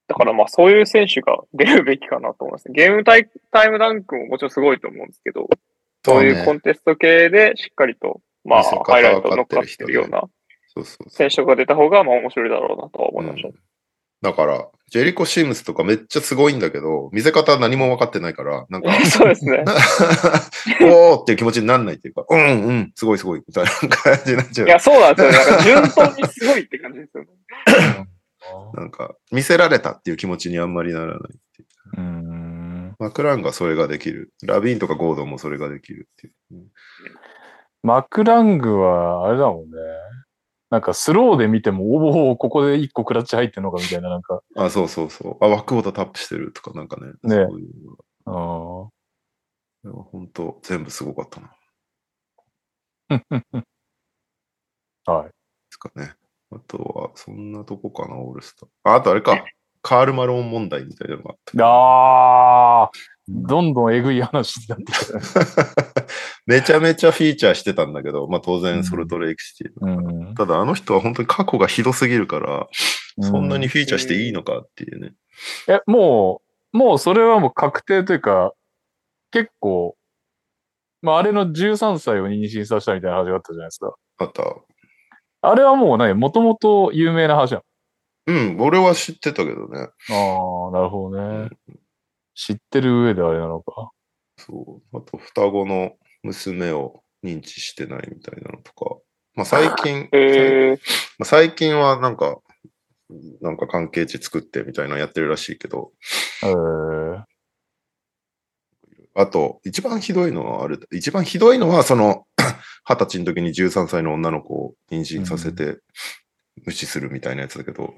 C: だからまあそういう選手が出るべきかなと思います。ゲームタイタイムダンクももちろんすごいと思うんですけど、そういうコンテスト系でしっかりと、まあ
A: 見せ方
C: ハイライト乗っ
A: 分か
C: か
A: っる
C: って
A: 人
C: て
A: ね
C: るような
A: そうそうそう
C: 選手が出た方がまあ面白いだろうなとは思いました。
A: うんだから、ジェリコ・シームスとかめっちゃすごいんだけど、見せ方何も分かってないから、なんか、
C: そうですね。
A: おーっていう気持ちになんないっていうか、うんうん、すごいすごい、みたいな感じになっちゃ
C: いや、そうなんですよ。なんか順当にすごいって感じで すよね。
A: う。なんか、見せられたっていう気持ちにあんまりならないっていう。
B: うーん。
A: マクランがそれができる。ラビーンとかゴードンもそれができるっていう。
B: マクラングは、あれだもんね。なんかスローで見ても、おお、ここで一個クラッチ入ってんのかみたいな、なんか。
A: あ、そうそうそう。あ、枠ごとタップしてるとかなんかね。
B: ね
A: そういうのが
B: あー
A: これは本当、全部すごかったな。で
B: はい。
A: すかね。あとは、そんなとこかな、オールスター。あ、あとあれか。カール・マローン問題みたいなのがあった。
B: ああ、どんどんえぐい話になってきた。
A: めちゃめちゃフィーチャーしてたんだけど、まあ当然ソルトレイクシティ。
B: うん
A: ただあの人は本当に過去がひどすぎるから、そんなにフィーチャーしていいのかっていうね。
B: え、もう、もうそれはもう確定というか、結構、まああれの13歳を妊娠させたみたいな話があったじゃないですか。
A: あと
B: あれはもうね、もともと有名な話な
A: うん、俺は知ってたけどね。
B: の。ああ、なるほどね。知ってる上であれなのか。
A: そう。あと双子の娘を認知してないみたいなのとか。まあ最近、
C: えー、
A: まあ最近はなんか、なんか関係値作ってみたいなのやってるらしいけど、
B: えー、
A: あと、一番ひどいのはあれ、一番ひどいのは、その、 二十歳の時に13歳の女の子を妊娠させて、無視するみたいなやつだけど、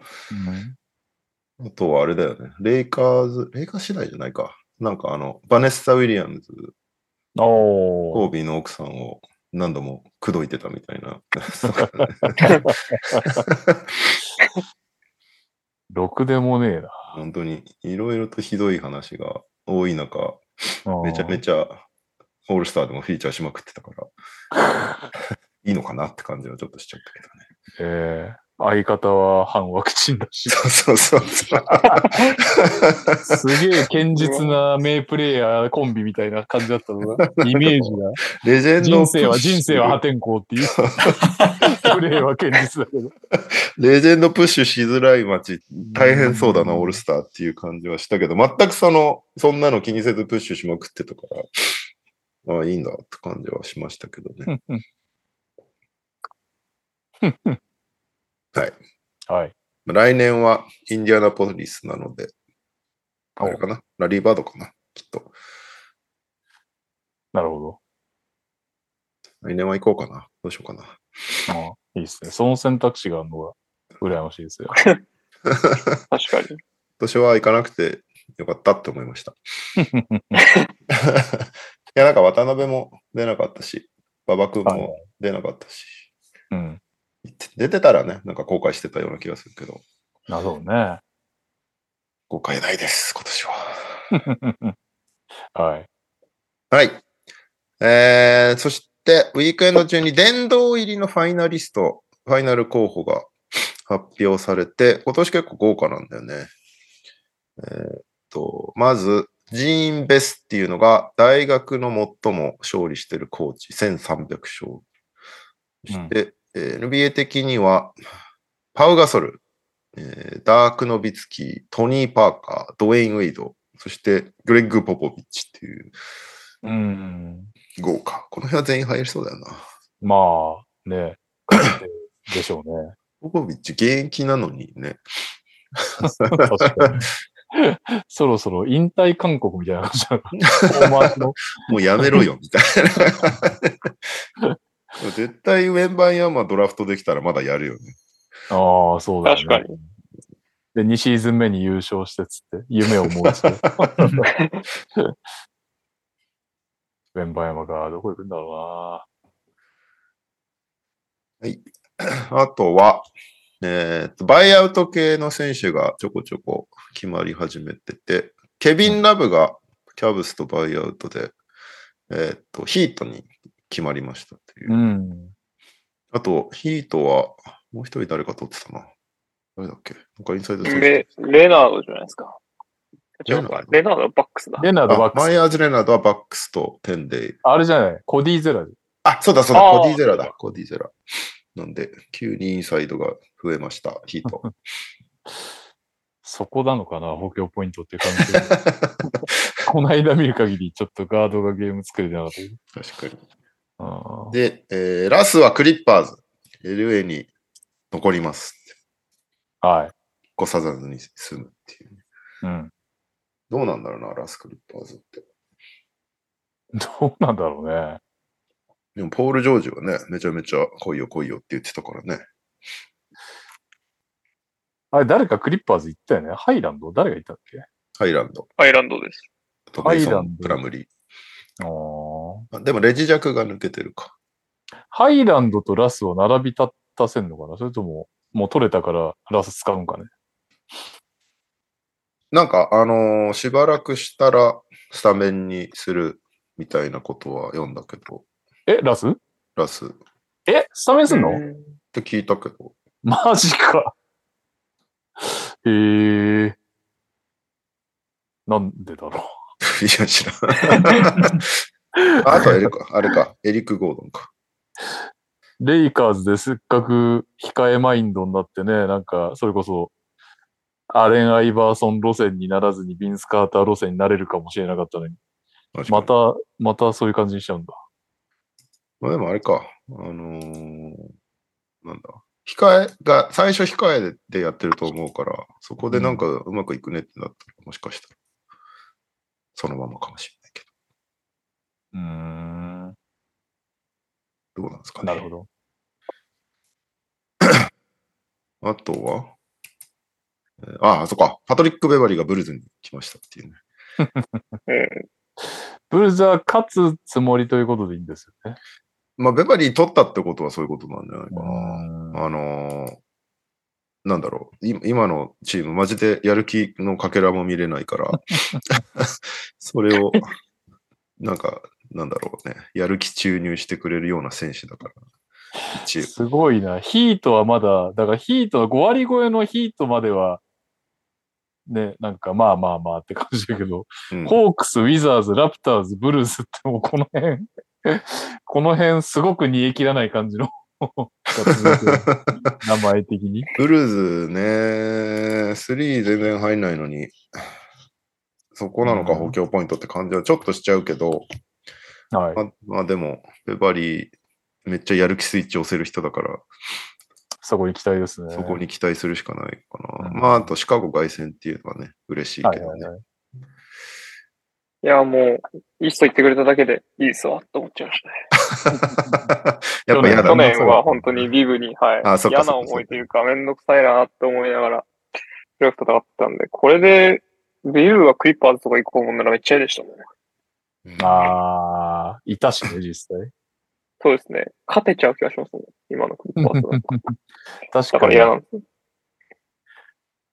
A: あとはあれだよね、レイカーズ、レイカー次第じゃないか。なんかあの、バネッサ・ウィリアムズ、コ
B: お
A: ー
B: ー
A: ビーの奥さんを何度も口説いてたみたい な。
B: ろくでもねえな。
A: 本当に、いろいろとひどい話が多い中、めちゃめ
B: ち
A: ちゃ、オールスターでもフィーチャーし まくってたから、いいのかなって感じはちょっとしちゃったけどね。
B: ゃ。えー相方は反ワクチンだし。
A: そうそうそう。
B: すげえ堅実な名プレイヤーコンビみたいな感じだっ たのが、イメージが。
A: レジェンド
B: 人生は、人生は破天荒 っていう。プレイは堅実だけど。
A: レジェンドプッシュしづらい街、大変そうだな、オールスターっていう感じはしたけど、全くその、そんなの気にせずプッシュしまくってたから、ああ、いいんだって感じはしましたけどね。はい。
B: はい。
A: 来年はインディアナポリスなので、あれかなラリーバードかなきっと。
B: なるほど。
A: 来年は行こうかなどうしようかな
B: ああいいですね。その選択肢があるのが羨ましいですよ。
C: 確かに。
A: 今年は行かなくてよかったって思いま した。 いや、なんか渡辺も出なかったし、馬場君
B: はいは
A: も出なかったし、
B: うん。
A: 出てたらね、なんか後悔してたような気がするけど、
B: なるほどね。
A: 後悔ないです、今年は。
B: はい。
A: はい。えー、そして、ウィークエンド中に殿堂入りのファイナリスト、ファイナル候補が発表されて、今年結構豪華なんだよね。えーっと、まず、ジーン・ベスっていうのが、大学の最も勝利してるコーチ、1300勝。そして、えー NBA 的には、パウ・ガソル、えーダーク・ノビツキー、トニー・パーカー、ドウェイン・ウェイド、そして、グレッグ・ポポビッチっていう、
B: うん。
A: 豪華。この辺は全員入りそうだよな。
B: まあ、ね。勝ってでしょうね。
A: ポポビッチ現役なのにね。
B: 確かに。そろそろ引退勧告みたいな感じだな。フォーマ ーの
A: もうやめろよ、みたいな。 絶対ウェンバンヤンマドラフトできたらまだやるよね。
B: ああ、そうだよね。
C: 確
B: に。で、2シーズン目に優勝してつって、夢をもう一 度。ウェンバヤマがどこ行くんだろ
A: あとは、えーと、バイアウト系の選手がちょこちょこ決まり始めてて、ケビン・ラブがキャブスとバイアウトで、えっ、と、ヒートに決まりましたっていう
B: う。な。うん。
A: あと、ヒートは、もう一人誰か取ってたな。誰だっけなんかインサイド選手
C: レ、レナードじゃないですか。違
A: レナ
C: う
A: ード
C: か。レナードはバックスだ。
B: レナードバッ
A: あ
B: ク
A: マイ
B: ス。
A: ヤーズ・レナードはバックスとテンデイ。
B: あれじゃないコディゼラで。
A: あ、そうだそうだ、
C: あー
A: コディゼラだ、コディゼラ。なんで、急にインサイドが増えました、ヒ ート。
B: そこなのかな補強ポイントっていう感じで。この間見る限り、ちょっとガードがゲーム作れてなかったけど
A: 確かに。
B: あー。
A: で、えーラスはクリッパーズ。LA に残ります。
B: はい。
A: 残さざずに済むっていう。
B: うん。
A: どうなんだろうな、ラス・クリッパーズって。
B: どうなんだろうね。
A: でも、ポール・ジョージはね、めちゃめちゃ来いよ来いよって言ってたからね。
B: あれ、誰かクリッパーズ行ったよね。ハイランド誰が行ったっけ
A: ハイランド。
C: アイランドです。
A: あと
B: ハイランド
A: メイソプラムリー
B: あー。
A: あでも、レジジャクが抜けてるか。
B: ハイランドとラスを並び立たせんのかなそれとも、もう取れたからラス使うんかね
A: なんか、あのーしばらくしたらスタメンにするみたいなことは読んだけど、
B: え、ラス
A: ラスっ
B: え、スタメンすんの、
C: うん
A: て聞いたけど、
B: マジか。へえー。なんでだろう。
A: いや、知らない。 あとはエリク、あれか、エリック・ゴードンか。
B: レイカーズでせっかく控えマインドになってね、なんか、それこそ、アレン・アイバーソン路線にならずにビンス・カーター路線になれるかもしれなかったのに、
A: 確か
B: ま
A: に
B: た、またそういう感じにしちゃうんだ。
A: まあ、でもあれか、あのーなんだ、控えが、最初控えでやってると思うから、そこでなんかうまくいくねってなったら、もしかしたら、そのままかもしれないけ
B: うーん。
A: ど、どうなんですかね。
B: なるほど。
A: あとは、えーああ、そっか。パトリック・ベバリーがブルズに来ましたっていうね。
B: ブルザー勝つつもりということでいいんですよね。
A: まあ、ベバリー取ったってことはそういうことなんじゃないかな。
B: あ
A: あのーなんだろう。今今のチーム、マジでやる気のかけらも見れないから、 それを、なんか、なんだろうね。やる気注入してくれるような選手だから。チーム。
B: すごいな。ヒートはまだ、だからヒートは5割超えのヒートまでは、ね、なんかまあまあまあって感じだけど、
A: うん
B: ホークス、ウィザーズ、ラプターズ、ブルースってもうこの 辺、この辺すごく煮え切らない感じ のが続く、名前的に。
A: ブルーズね、3全然入んないのに、そこなのか
B: うん
A: 補強ポイントって感じはちょっとしちゃうけど、
B: はい。
A: まあ、まあでも、ペバリー、めっちゃやる気スイッチ押せる人だから、
B: そこ行きたいですね。
A: そこに期待するしかないかな。
B: うん
A: まあ、あとシカゴ凱旋っていうのはね、嬉しい
B: はい
A: け
B: はい
A: ど
B: はい
A: ね。。
C: いや、もう、いい人言ってくれただけでいいですわ、と思っちゃいましたね。
A: やっぱ嫌だ
C: 去
A: な。
C: 年は本当にリブに、はい。
A: あそっか
C: 嫌
A: そっ
C: な
A: か
C: 思いというか、めんどくさいなって思いながら、プレーオフ戦ったんで、これで、ビルがクリッパーズとか行こうもんならめっちゃ嫌でしたもんね。
B: ああ、いたしね、実際。
C: そうですね。勝てちゃう気がしますね。今のクリッパー ズは
B: 確
C: だ
B: か
C: から
B: に、
C: 嫌なんです。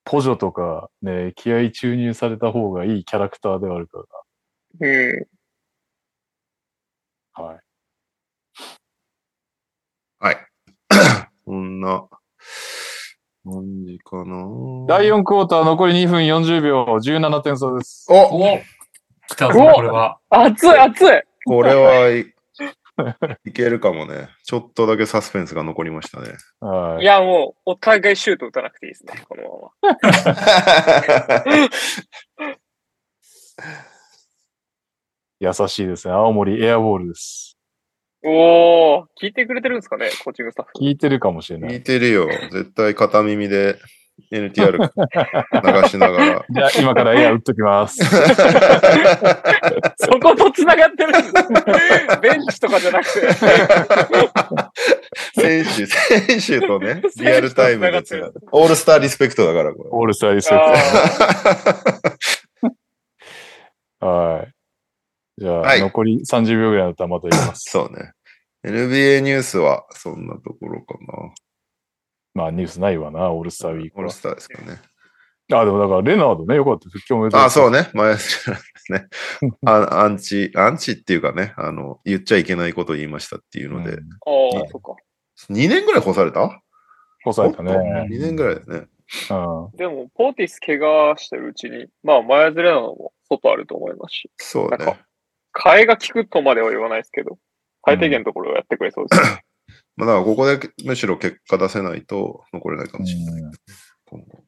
B: ポジョとか、ね、気合注入された方がいいキャラクターではあるか
C: うん。
B: ら。はい。
A: はい。 そんな感じかな。
B: 第4クォーター残り2分40秒、17点差です。
A: お
D: お来たぞ、
C: お
D: これは。
C: 熱い熱い
A: これはい、いけるかもね。ちょっとだけサスペンスが残りましたね。
B: はい
C: や、もう、お互いシュート打たなくていいですね、このまま。
B: い。優しいですね。青森エアボールです。
C: おー、聞いてくれてるんですかね、コーチングスタッ フ。
B: 聞いてるかもしれな
A: 聞
B: い。
A: いてるよ。絶対片耳で NTR 流しなが
B: じゃあ、今からエア打っときます。
A: ら。
C: そこと繋がってるん ですベンチとかじゃなくて。
A: 選手、選手とね、リアルタイムでつながって。オールスターリスペクトだから、これ。
B: オールスターリスペク
C: あー
B: ト。はい。じゃあ、
A: はい
B: 残り30秒ぐらいだったらまた言いま す。
A: そうね。NBA ニュースはそんなところかな。
B: まあ、ニュースないわな、オールスターウィー
A: オ
B: ク
A: ール
B: は
A: ス。ターですかね。
B: あ、でもだから、レナードね、よかった。復帰おめでとう。。
A: あ、そううね。前 ですね。あアンチ、アンチっていうかね、あの、言っちゃいけないことを言いましたっていうので、
B: うん
C: あー、そっか。
A: 2年ぐらい干された
B: こされたね。
A: ?2 年ぐらいですね。
B: うん。
C: でも、ポーティス怪我してるうちに、まあ、前ずれなのも外あると思いますし、
A: そう
C: なん
A: ね
C: か。替えが効くとまでは言わないですけど、最低限のところをやってくれそう です。
A: まあ、だからここでむしろ結果出せないと残れないかもしれない。
B: うん
A: 今後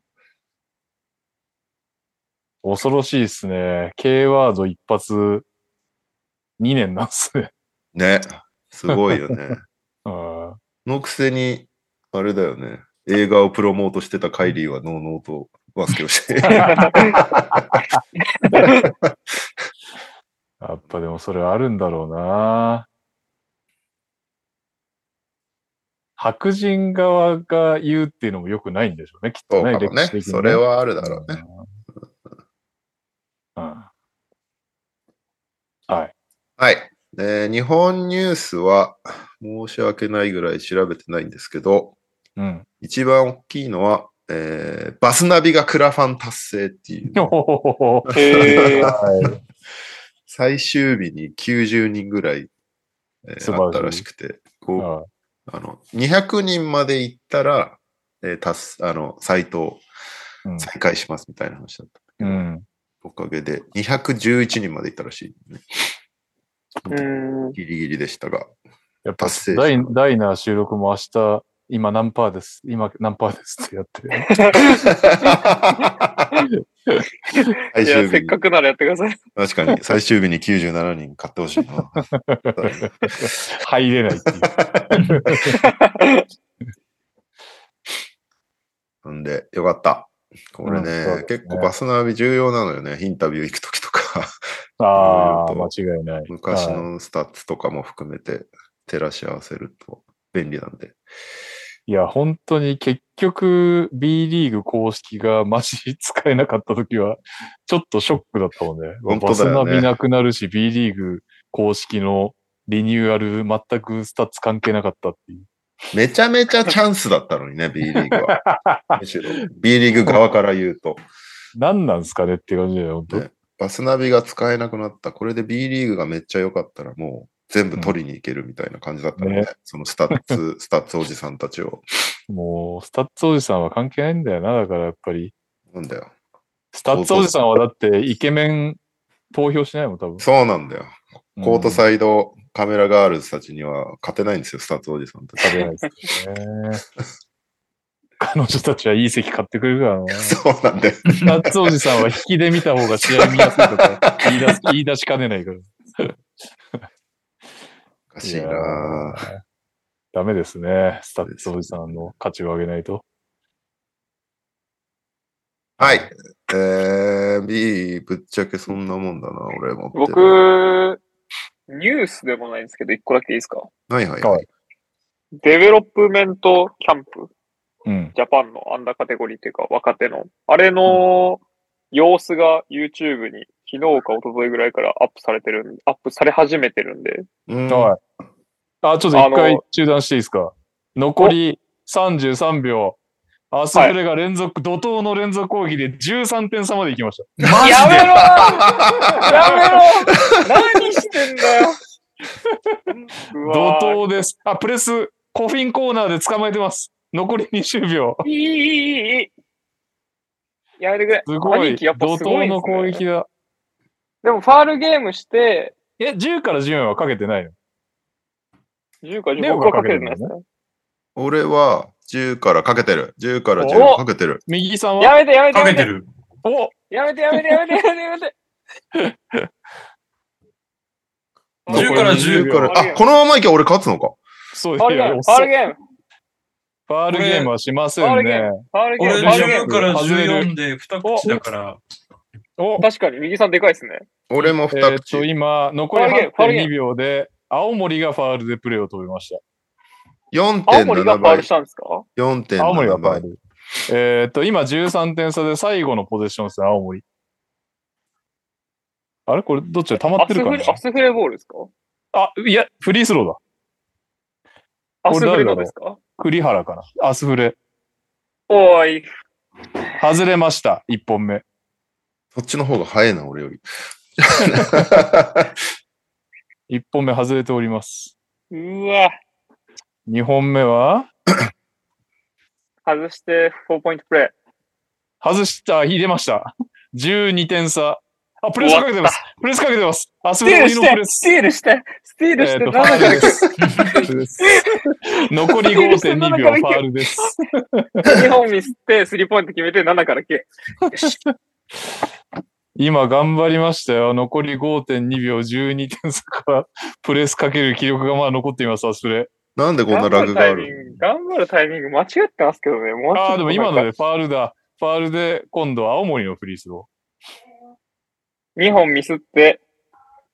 B: 恐ろしいですね。K ワード一発、2年なんですね。
A: ね。すごいよね。
B: うん
A: のくせに、あれだよね。映画をプロモートしてたカイリーはノーノーとバスケをして。
B: やっぱでもそれはあるんだろうな。白人側が言うっていうのも良くないんでしょうね、きっ
A: そう
B: と
A: か
B: ね。
A: もね。
B: 歴史的に
A: それはあるだろうね。
B: うん。うんはい。
A: はい。で日本ニュースは申し訳ないぐらい調べてないんですけど、
B: うん。
A: 一番大きいのは、えーバスナビがクラファン達成っていう、
B: おほほほほ
C: へー
B: はい
A: 最終日に90人ぐらい、えー
B: 素晴らしい
A: あったらしくて、こ
B: は
A: うあの200人まで行ったら、えー達すあのサイトを
B: いうん
A: 再開しますみたいな話だった。
B: うん。
A: おかげで211人まで行ったらしい、ね。
C: うーん。
A: ギリギリでした が。
B: やっぱ
A: 達成
B: ダイダイナー収録も明日、今何パーです、今何パーですってやって。
A: 最
C: いや、
A: 終日
C: せっ
A: に
C: かくならやってください。
A: 確かに、最終日に97人買ってほしいな。
B: 入れないっていう。
A: なんで、よかった。これ
B: うん
A: ね、
B: そうですね
A: 結構バスナビ重要なのよね。インタビュー行くときとか、
B: ああ、
A: いろ
B: 間
A: いろ
B: 違いない。
A: 昔
B: はい
A: のスタッツとかも含めて照らし合わせると便利なんで。
B: いや、本当に結局 B リーグ公式がマジ使えなかった時は、ちょっとショックだったもんね。
A: 本当
B: バ
A: だ
B: ス
A: よね
B: ナビなくなるし、B リーグ公式のリニューアル全くスタッツ関係なかったっていう。
A: めちゃめちゃチャンスだったのにね、B リーグは。むしろ、B リーグ側から言うと。
B: 何なんすかねって感じだよ、本当。
A: ねバスナビが使えなくなった。これで B リーグがめっちゃ良かったらもう全部取りに行けるみたいな感じだったので、
B: ね
A: そのスタッツ、スタッツおじさんたちを。
B: もう、スタッツおじさんは関係ないんだよな。だからやっぱり、
A: なんだよ。
B: スタッツおじさんはだってイケメン投票しないもん、多分。
A: そうなんだよ。コート
B: イ
A: サイドカメラガールズたちには勝てないんですよ、スタッツおじさんたち。
B: 食べないですよね。彼女たちはいい席買ってくれるからな。
A: そうなんだよ。
B: スタッツおじさんは引きで見た方が試合見やすい とか言い出す言い出しかねないから。
A: おかしいなぁ
B: いやーダメですね。スタッツおじさんの価値を上げないと。
A: はい。えー、B、ぶっちゃけそんなもんだな、俺も。
C: 僕、ニュースでもないんですけど、一個だけいいですか
A: はいはい。
B: はい
C: デベロップメントキャンプ、
B: うん。
C: ジャパンのアンダーカテゴリーというか、若手の、あれの様子が YouTube に昨日か一昨日ぐらいからアップされてるん、アップされ始めてるんで、
A: うん
B: はい。あ、ちょっと一
C: あ
B: 回
C: の
B: 中断していいですか。残り33秒。アスフレが連続、怒涛の連続攻撃で13点差まで行きまし
D: マジ
C: やめ
D: で
C: ろやめろ何してんだ よう
B: た。怒
C: わー
B: 涛です。あ、プレス、コフィンコーナーで捕まえてます。残り20秒。
C: いいいいいいいいやめてくれ。
B: すごい。
C: 兄貴やっぱ
B: 怒
C: すごい
B: 涛
C: んで
B: の
C: すね
B: 攻撃だ。
C: でもファールゲームして、
B: え、10から14はかけてないの
C: 10か
B: レオ
C: 15
B: が
C: か
B: か
C: か
B: け
C: け
B: て
C: て
B: るんだよね
C: ないですか
A: 俺は10からかけてる。10から
C: お
A: 10かけてる。
B: 右さん
C: や
B: は
C: めてやめて
D: か
C: や
D: け
C: め
D: て
C: て
D: る。
B: お
C: やめてやめてやめてやめてやめて
B: 残り
D: 10から10
B: 20
A: 10か
B: 秒
A: ら、あ、このままいけば俺勝つのか。
B: そう
C: ファールゲー
B: いや
C: ム、フ
B: 遅い
C: ァー
B: ファール
C: ルゲーム、
B: ゲームはしませ
C: ファ
B: ん
C: ールゲー
B: ね。
C: ファールゲーム、
D: 俺
C: ファールゲー
D: 10
C: ム。
D: から14で2口だから、
B: お
C: 確かに、右さんでかいですね。
A: 俺も
B: え
A: 2
B: ーっ
A: 口。
B: と、今、残り
C: ファールゲームファールゲー
B: 8.2秒で、青森がファールでプレーを飛びまし
C: 青森が
A: 4.7
C: ファー
A: 倍
C: ルし。たんですか
B: た。青森が
A: 4.7
B: ファー
A: 倍。
B: ル。えーっと、今13点差で最後のポゼッションですね、青森。あれこれ、どっちだ溜まっ
C: ア
B: て
C: ス
B: るか
C: フ
B: な
C: レ、アスフレボールですか
B: あ、いや、フリースローだ。
C: アスフレのですか
B: 栗原かな。アスフレ。
C: おい、
B: 外れました、1本目。
A: そっちの方が早いな、俺よ り。
B: 1本目外れております。
C: うわ、
B: 2本目は、
C: 外して4ポイントプレ
B: 外した、入れました。12点差。あ、プレスかけてます。プレスかけてます。アス
C: イ。
B: フ
C: スティー
B: レ
C: ル
B: のプレ
C: して、
B: ス
C: ス。ティールして、スティールし
B: え
C: て、
B: ーと
C: 7
B: ファ
C: から
B: ール
C: 9
B: で。す。残り5.2秒ファールです。
C: 2本ミスって、スリーポイント決めて、7から9。
B: 今頑張りましたよ。残り5.2秒12点差からプレスかける気力がまだ残っています、アスフレ。
A: なんでこんなラグがある
C: 頑張るタイミング、頑張るタイミング間違ってますけどね。もうちょっと
B: ああ、でも今の
C: なん
B: で
C: か
B: ファールだ。ファールで今度は青森のフリースロ
C: 2本ミスって、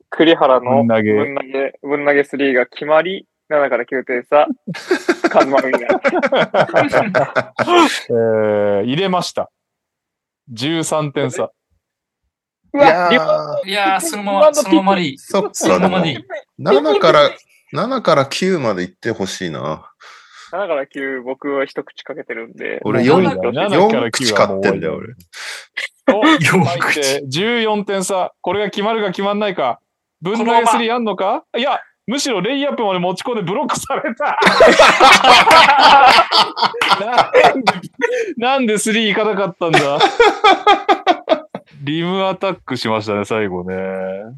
C: 栗原
B: ー。
C: の
B: 投
C: ぶ
B: げ。
C: ん投げ、ぶん投げ3が決まり、7から9点 差、カズマルミナ。
B: え ー、入れました。13点差。
A: い
C: うわ、
A: や
C: リバ
A: ー、
D: いやー、そのまま、そのままでいい。
A: そっ
D: そ
A: か、で
D: のま
A: も
D: までいい。
A: 7から、7から9まで行ってほしいな。
C: 7から9、僕は一口かけてるんで。
A: 俺
B: もう
A: 4、
B: 7から9
A: 4口買ってんだよ、俺。
B: お入
D: 4
B: っ
D: 口。
B: て14点差。これが決まるか決まんないか。ぶん投げ
C: このまま
B: 3やんのかいや、むしろレイアップまで持ち込んでブロックされた。なんでなんで3いかなかったんだリムアタックしましたね、最後ね。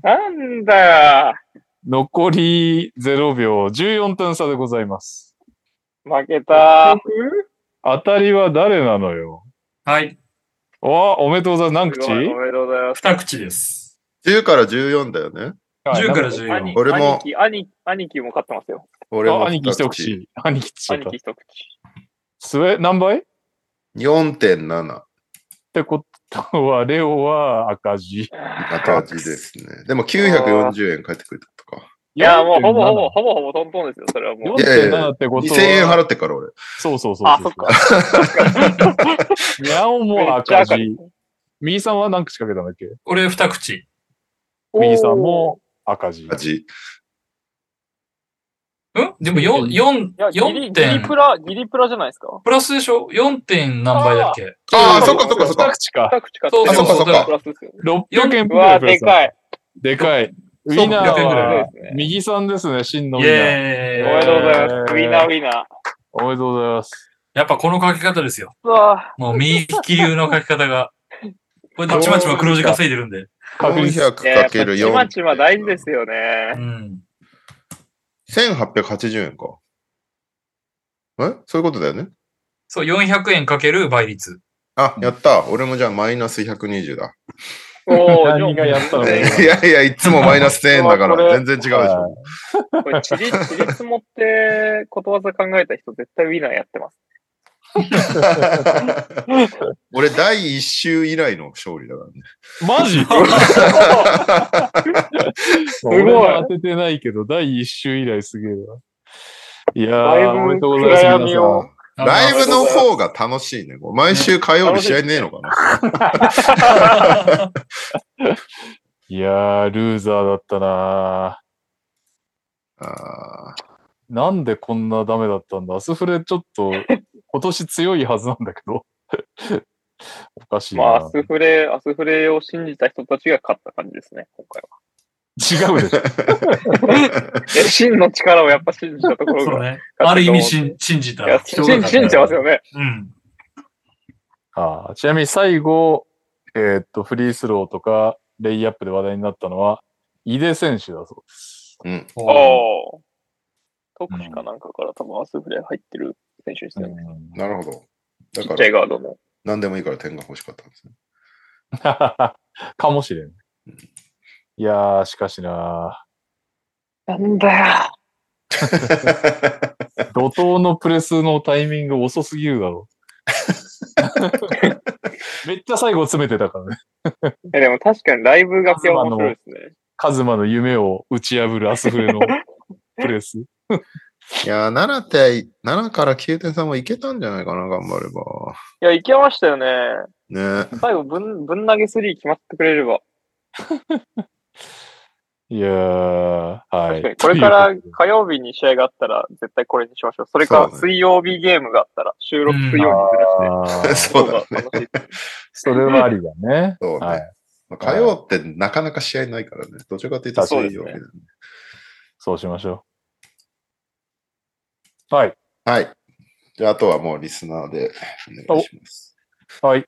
C: なんだよ。
B: 残り0秒、14点差でございます。
C: 負けた。
B: 当たりは誰なのよ。
D: はい、
B: おおめでとうございます。何
C: すごいお
B: 口
C: めでとうございます。
D: 2口です。
A: 10から14だよね。
D: 10から
C: 兄
D: 14。
A: 俺も
C: 兄貴兄貴、兄貴も勝ってますよ。
A: 俺
B: あ
A: も
B: 兄貴一
A: 2口。
B: 口。兄貴一口だっ
C: 兄
B: た
C: 貴。一口。
B: スウェ何倍
A: 4.7。
B: ってことは、レオは赤字。
A: 赤字ですね。でも940円返ってくれたとか。
C: いや、もうほぼほぼ、ほぼほぼトントンですよ、それはもう。
A: いやいやいや
B: 4.7ってことは。
A: 2000円払ってから俺。
B: そうそうそう。
C: あ、そっか。。
B: ニャオも赤字。右さんは何口かけたんだっけ
D: 俺2口。
B: 右さんも赤字。
A: 赤字。
D: うんでも4、
C: い
D: 4
C: や、、ギリ、
D: 4
C: ギリ
D: 点。
C: プラ、ギリプラじゃないですか。
D: プラスでしょ ?4 点何倍だっけ
A: ああ、そっかそっかそっ
B: 二
A: か。
B: 口か。
C: 二口勝ってる
A: あそっかそっか
C: プラスですよ。
B: 600円
C: うわ、で
B: い。
C: かい。
B: でかい。ウィナー
D: そう
B: は
C: ですね
B: 右さんですね、真のウ
D: イ
B: ィナー。
C: お
D: エ
C: めでとうござ
D: ーイ
C: います。ウィナーウィナー。
B: おめでとうございます。
D: やっぱこの書き方ですよ。
C: うわ
D: もう右利き流の書き 方が。これどっちまちま黒字稼いでるんで。
B: 確率
A: 400
C: ぁ。いやや
A: か
C: っぱ
A: ける
C: ちまちま
A: 4。
C: 大事ですよね
D: う。ん。
A: 1880円か。えそういうことだよね。
D: そう、400円かける倍率。
A: あ、やった。俺もじゃあマイナス120だ。
C: おー、
B: 何がやったの
C: じゃ あ
A: いやいや、いつもマイナス1000円だか
C: これ
A: ら、全然違うでしょ。
C: これ、ちり、ちりつもってことわざ考えた人、絶対ウィナーやってます。
A: 俺、第1週以来の勝利だからね。
B: マ ジす
C: ごい
B: 当ててないけど、第一週以来すげえな。い
C: だい
B: やー、
C: ぶ
B: おめでとうございます。
C: 暗
B: 皆さ
C: 闇を
B: ん
A: ライブの方が楽しいね。こう毎週火曜日試合ねえのかな。
B: いやー、ルーザーだったな
A: あー
B: ーなんでこんなダメだったんだアスフレちょっ と、今年強いはずなんだけど。 おかしいな、
C: まあ、アスフレ、アスフレを信じた人たちが勝った感じですね、今回は。
B: 違うでしょ。
C: え、真の力をやっぱ信じたところ
D: そう
C: が。
D: ね。ある意味信信じ
C: いや
D: た人
C: 信
D: が
C: じ信じてますよね。
D: うん。
B: あーちなみに最後、えーっと、フリースローとか、レイアップで話題になったのは、井出選手だそうです。
A: うん。
C: ああ
D: おー。
C: 特殊かなんかから多分アスフレ入ってる選手ですよね。
A: なるほど。だ
C: ち
A: か
C: っちゃい
A: ら、
C: ガードの。
A: 何でもいいから点が欲しかったんですね。
B: かもしれん。いやー、しかしな
C: なんだよ。
B: ー、怒涛のプレスのタイミング遅すぎるだ ろう。めっちゃ最後詰めてたからね。
C: え、でも確かにライブがけは面白いですね。
B: カズマの夢を打ち破るアスフレのプレス。
A: いやー、7点、7から9点差もいけたんじゃないかな、頑張れば。
C: いや、いけましたよね。
A: ね
C: 最後、ぶん、ぶん投げ3決まってくれれば。
B: いやー、は
C: 確かに
B: い。
C: これから
B: というこ
C: 火曜日に試合があったら、絶対これにしましょう。それか
A: そう、ね
C: 水曜日ゲームがあったら、収録水曜日にずらして。
B: とであー
A: そうだね
C: 方が楽しいです
B: それはありだね。
A: そうね
B: はい。
A: まあ火曜ってなかなか試合ないからね。どちらかというとそういうわけだね。
B: そうしましょう。はい。
A: はい。じゃあ、あとはもうリスナーでお願いします。
B: はい。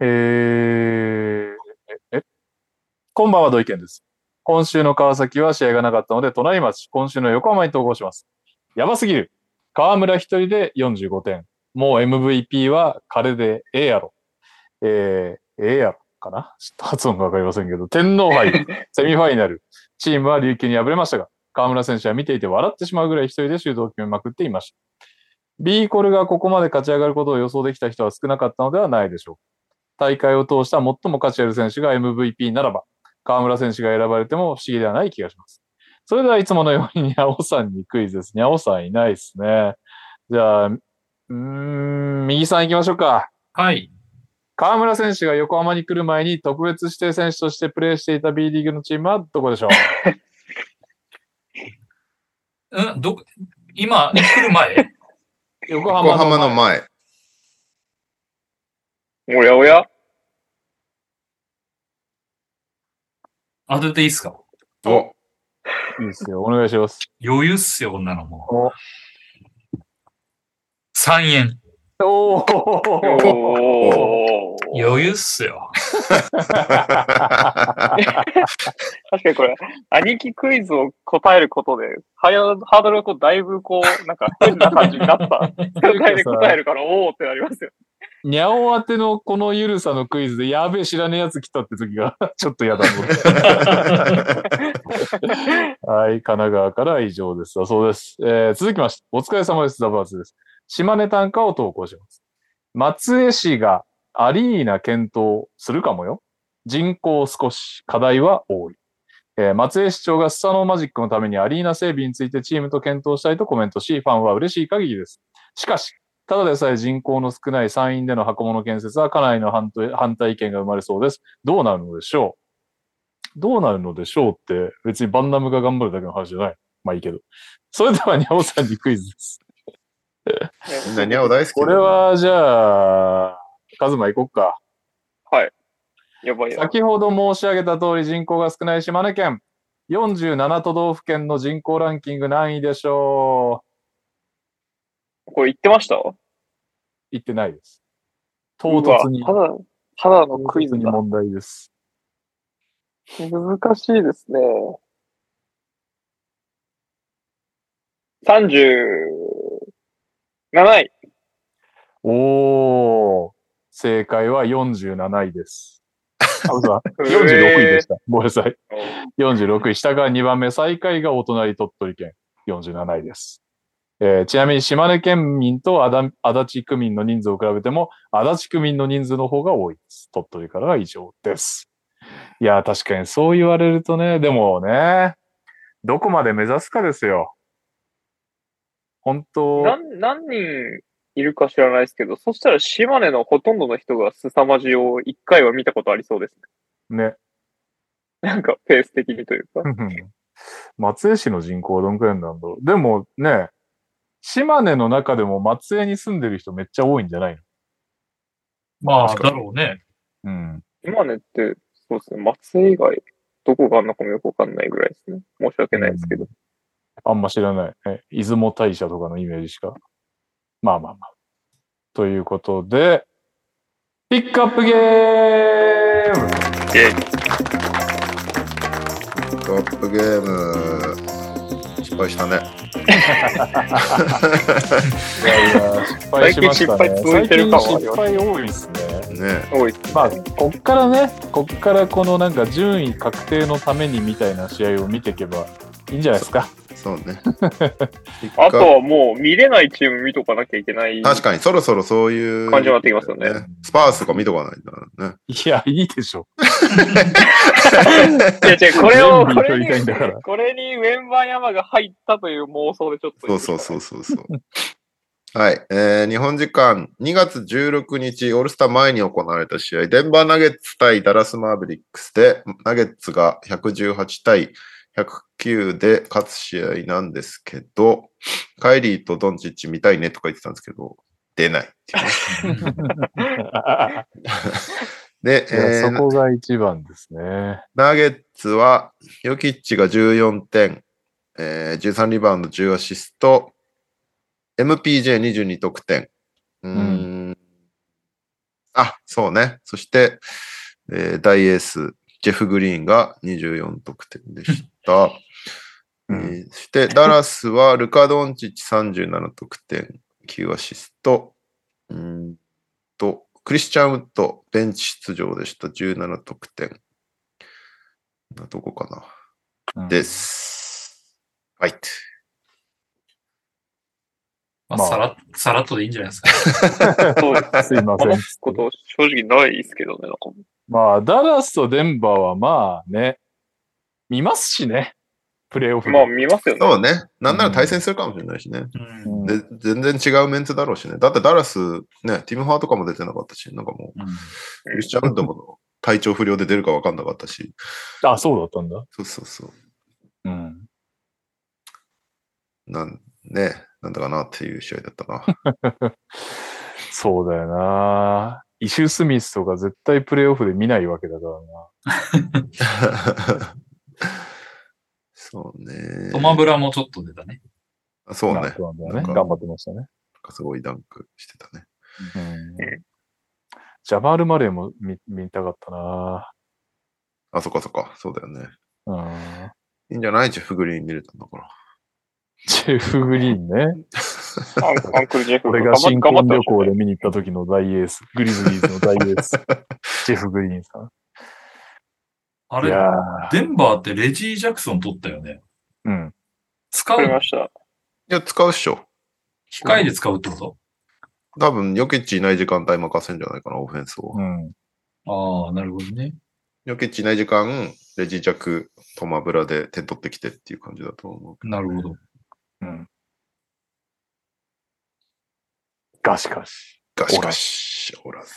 B: えー、え、こんばんは、土井健です。今週の川崎は試合がなかったので、隣町、今週の横浜に投稿します。やばすぎる。河村一人で45点。もう MVP は彼でええやろ。えー、ええやろかなちょっと発音がわかりませんけど、天皇杯、セミファイナル。チームは琉球に敗れましたが、河村選手は見ていて笑ってしまうぐらい一人でシュートを決めまくっていました。B コルがここまで勝ち上がることを予想できた人は少なかったのではないでしょうか。大会を通した最も価値ある選手が MVP ならば、河村選手が選ばれても不思議ではない気がします。それではいつものように、にゃおさんにクイズです。にゃおさんいないですね。じゃあ、うーん、右さん行きましょうか。
D: はい。
B: 河村選手が横浜に来る前に特別指定選手としてプレーしていた B リーグのチームはどこで しょう
D: うん、ど、今、来る前
B: 横
A: 横
B: 浜の
A: 浜の前。
C: おや おや
D: 当てていいっすか
A: お
B: いいですよ。お願いします。
D: 余裕っすよ、こんなのもう。3円。
B: お
C: お
B: ー
C: ー
D: 余裕っすよ。
C: 確かにこれ、兄貴クイズを答えることで、はやハードルがこうだいぶこう、なんか変な感じに なった状態で答えるから、おおってなりますよ。
B: にゃおあてのこのゆるさのクイズで、やべえ、知らねえやつ来たって時が 、ちょっと嫌だもん。はい、神奈川からは以上です。だそうです。えー続きまして、お疲れ様です。ザバーズです。島根短歌を投稿します。松江市がアリーナ検討するかもよ。人口少し、課題は多い。えー松江市長がスサノーマジックのためにアリーナ整備についてチームと検討したいとコメントし、ファンは嬉しい限りです。しかし、ただでさえ人口の少ない山陰での箱物建設はかなりの反対反対意見が生まれそうです。どうなるのでしょうどうなるのでしょうって、別にバンダムが頑張るだけの話じゃない。まあいいけど。それでは、にゃおさんにクイズ です。
A: みんなにゃお大好きだ
B: これは、じゃあ、カズマ行こっか。
C: はい。やばいよ。
B: 先ほど申し上げた通り人口が少ない島根県。47都道府県の人口ランキング何位でしょう
C: これ言ってました
B: 言ってないです。唐突に
C: うわた。だ、ただの
B: 唐
C: クイズ
B: 突に
C: だ。
B: 問題です。
C: 難しいですね。37位。
B: おー。正解は47位です。 あ、嘘だ
C: えー
B: 46位でした。ごめんなさい。46位。下が2番目。最下位がお隣鳥取県。47位です。えーちなみに島根県民と足足立区民の人数を比べても、足立区民の人数の方が多いです。鳥取からは以上です。いやー、確かにそう言われるとね、でもね、どこまで目指すかですよ。本当、
C: なん何人いるか知らないですけど、そしたら島根のほとんどの人がすさまじを一回は見たことありそうですね。
B: ね。
C: なんかペース的にというか。
B: うん松江市の人口はどんくらいなんだろう。でもね、島根の中でも松江に住んでる人めっちゃ多いんじゃないの
D: まあ、
A: 確か
D: だ
A: に
D: ろうね。
B: うん。
C: 島根って、そうですね、松江以外、どこがあんのかもよくわかんないぐらいですね。申し訳ないですけど。
B: あんま知らない。え出雲大社とかのイメージしか。まあまあまあ。ということで、ピックアップゲーム
A: トップゲーム、失敗した ね。
B: いやいや失敗しましたね。
C: 最近失敗続いてる感はあ
B: 最
C: り
B: 近失
C: ます
B: 敗多いですね。
A: ね
C: 多いですね。
B: まあ、こっからね、こっからこのなんか順位確定のためにみたいな試合を見ていけばいいんじゃないですか。
A: そうね。
C: あとはもう見れないチーム見とかなきゃいけない
A: 確
C: 感
A: かに、そろそろそういう。
C: じになってきますよね。
A: ね、スパースとか見とかないんだね。
B: いや、いいでしょ。
C: いや違う、これを、
B: 全
C: こ
B: 部取
C: れ
B: りたいん
C: に
B: だから、
C: これにウェンバンヤマが入ったという妄想でちょっと。
A: そうそうそうそうそう。はい、えー日本時間2月16日、オールスター前に行われた試合、デンバーナゲッツ対ダラスマーベリックスで、ナゲッツが118対109で勝つ試合なんですけど、カイリーとドンチッチ見たいねとか言ってたんですけど、出ないっていうね。で、
B: いや
A: えー
B: そこが一番ですね。
A: ナゲッツは、ヨキッチが14点、えー13リバウンド、10アシスト、MPJ22 得点。うーんあ、そうね。そして、えー大エース、ジェフ・グリーンが24得点でした。
B: う
A: え
B: ん
A: ーそして、ダラスはルカ・ドンチッチ37得点、9アシスト。うーんと、クリスチャン・ウッド、ベンチ出場でした。17得点。こんなとこか
B: う
A: な。
B: ん
A: です。はい。
D: まあ、
B: まあ
D: さら、さらっとでいいんじゃないですか。
C: そうです。
B: すいません
C: 話。すこと正直ないですけどね。なんか
B: まあ、ダラスとデンバーはまあね、見ますしね、プレーオフで。
C: まあ見ますよ ね。
A: そうね。なんなら対戦するかもしれないしね。
D: うん
B: うん
A: で全然違うメンツだろうしね。だってダラス、ね、ティム・ハーとかも出てなかったし、なんかもう、クリスチャン・ウッドも体調不良で出るか分かんなかったし。
B: あ、そうだったんだ。
A: そうそうそう。
B: うん。
A: なんね、なんだかなっていう試合だったな。
B: そうだよな。イシュー・スミスとか絶対プレーオフで見ないわけだからな。
A: そうね。
D: トマブラもちょっと出たね。
A: あそう
B: な
A: ね
B: ん。となんだよ
A: なん
B: ね。
A: か
B: 頑張ってましたね。
A: すごいダンクしてたね。
B: うん、ジャマール・マレーも見見たかったな。
A: あ、そっかそっか。そうだよね。
B: うん。
A: いいんじゃないジェフ・グリーン見れたんだから。
B: ジェフ・グリーン ね。
C: アンアンクルジェフ
B: 俺が新婚旅行
C: で。
B: で見に行った時の大エース。グリズリーズの大エ ース。ジェフ・グリーンさん。
D: あ
B: い
D: れ、
B: やー
D: デンバーってレジー・ジャクソン取ったよね。
B: うん。
D: 使う
C: わかりました。
A: いや、使うっしょ。
D: 機械で使うってこ
A: 多分、ヨキッチいない時間帯任せんじゃないかな、オフェンスを。
B: うん。
D: とああ、なるほどね。
A: ヨキッチいない時間、レジジャク、トマブラで点取ってきてっていう感じだと思う。
D: なるほど。
B: うん。ガシガシ。
A: がしかし、おらず。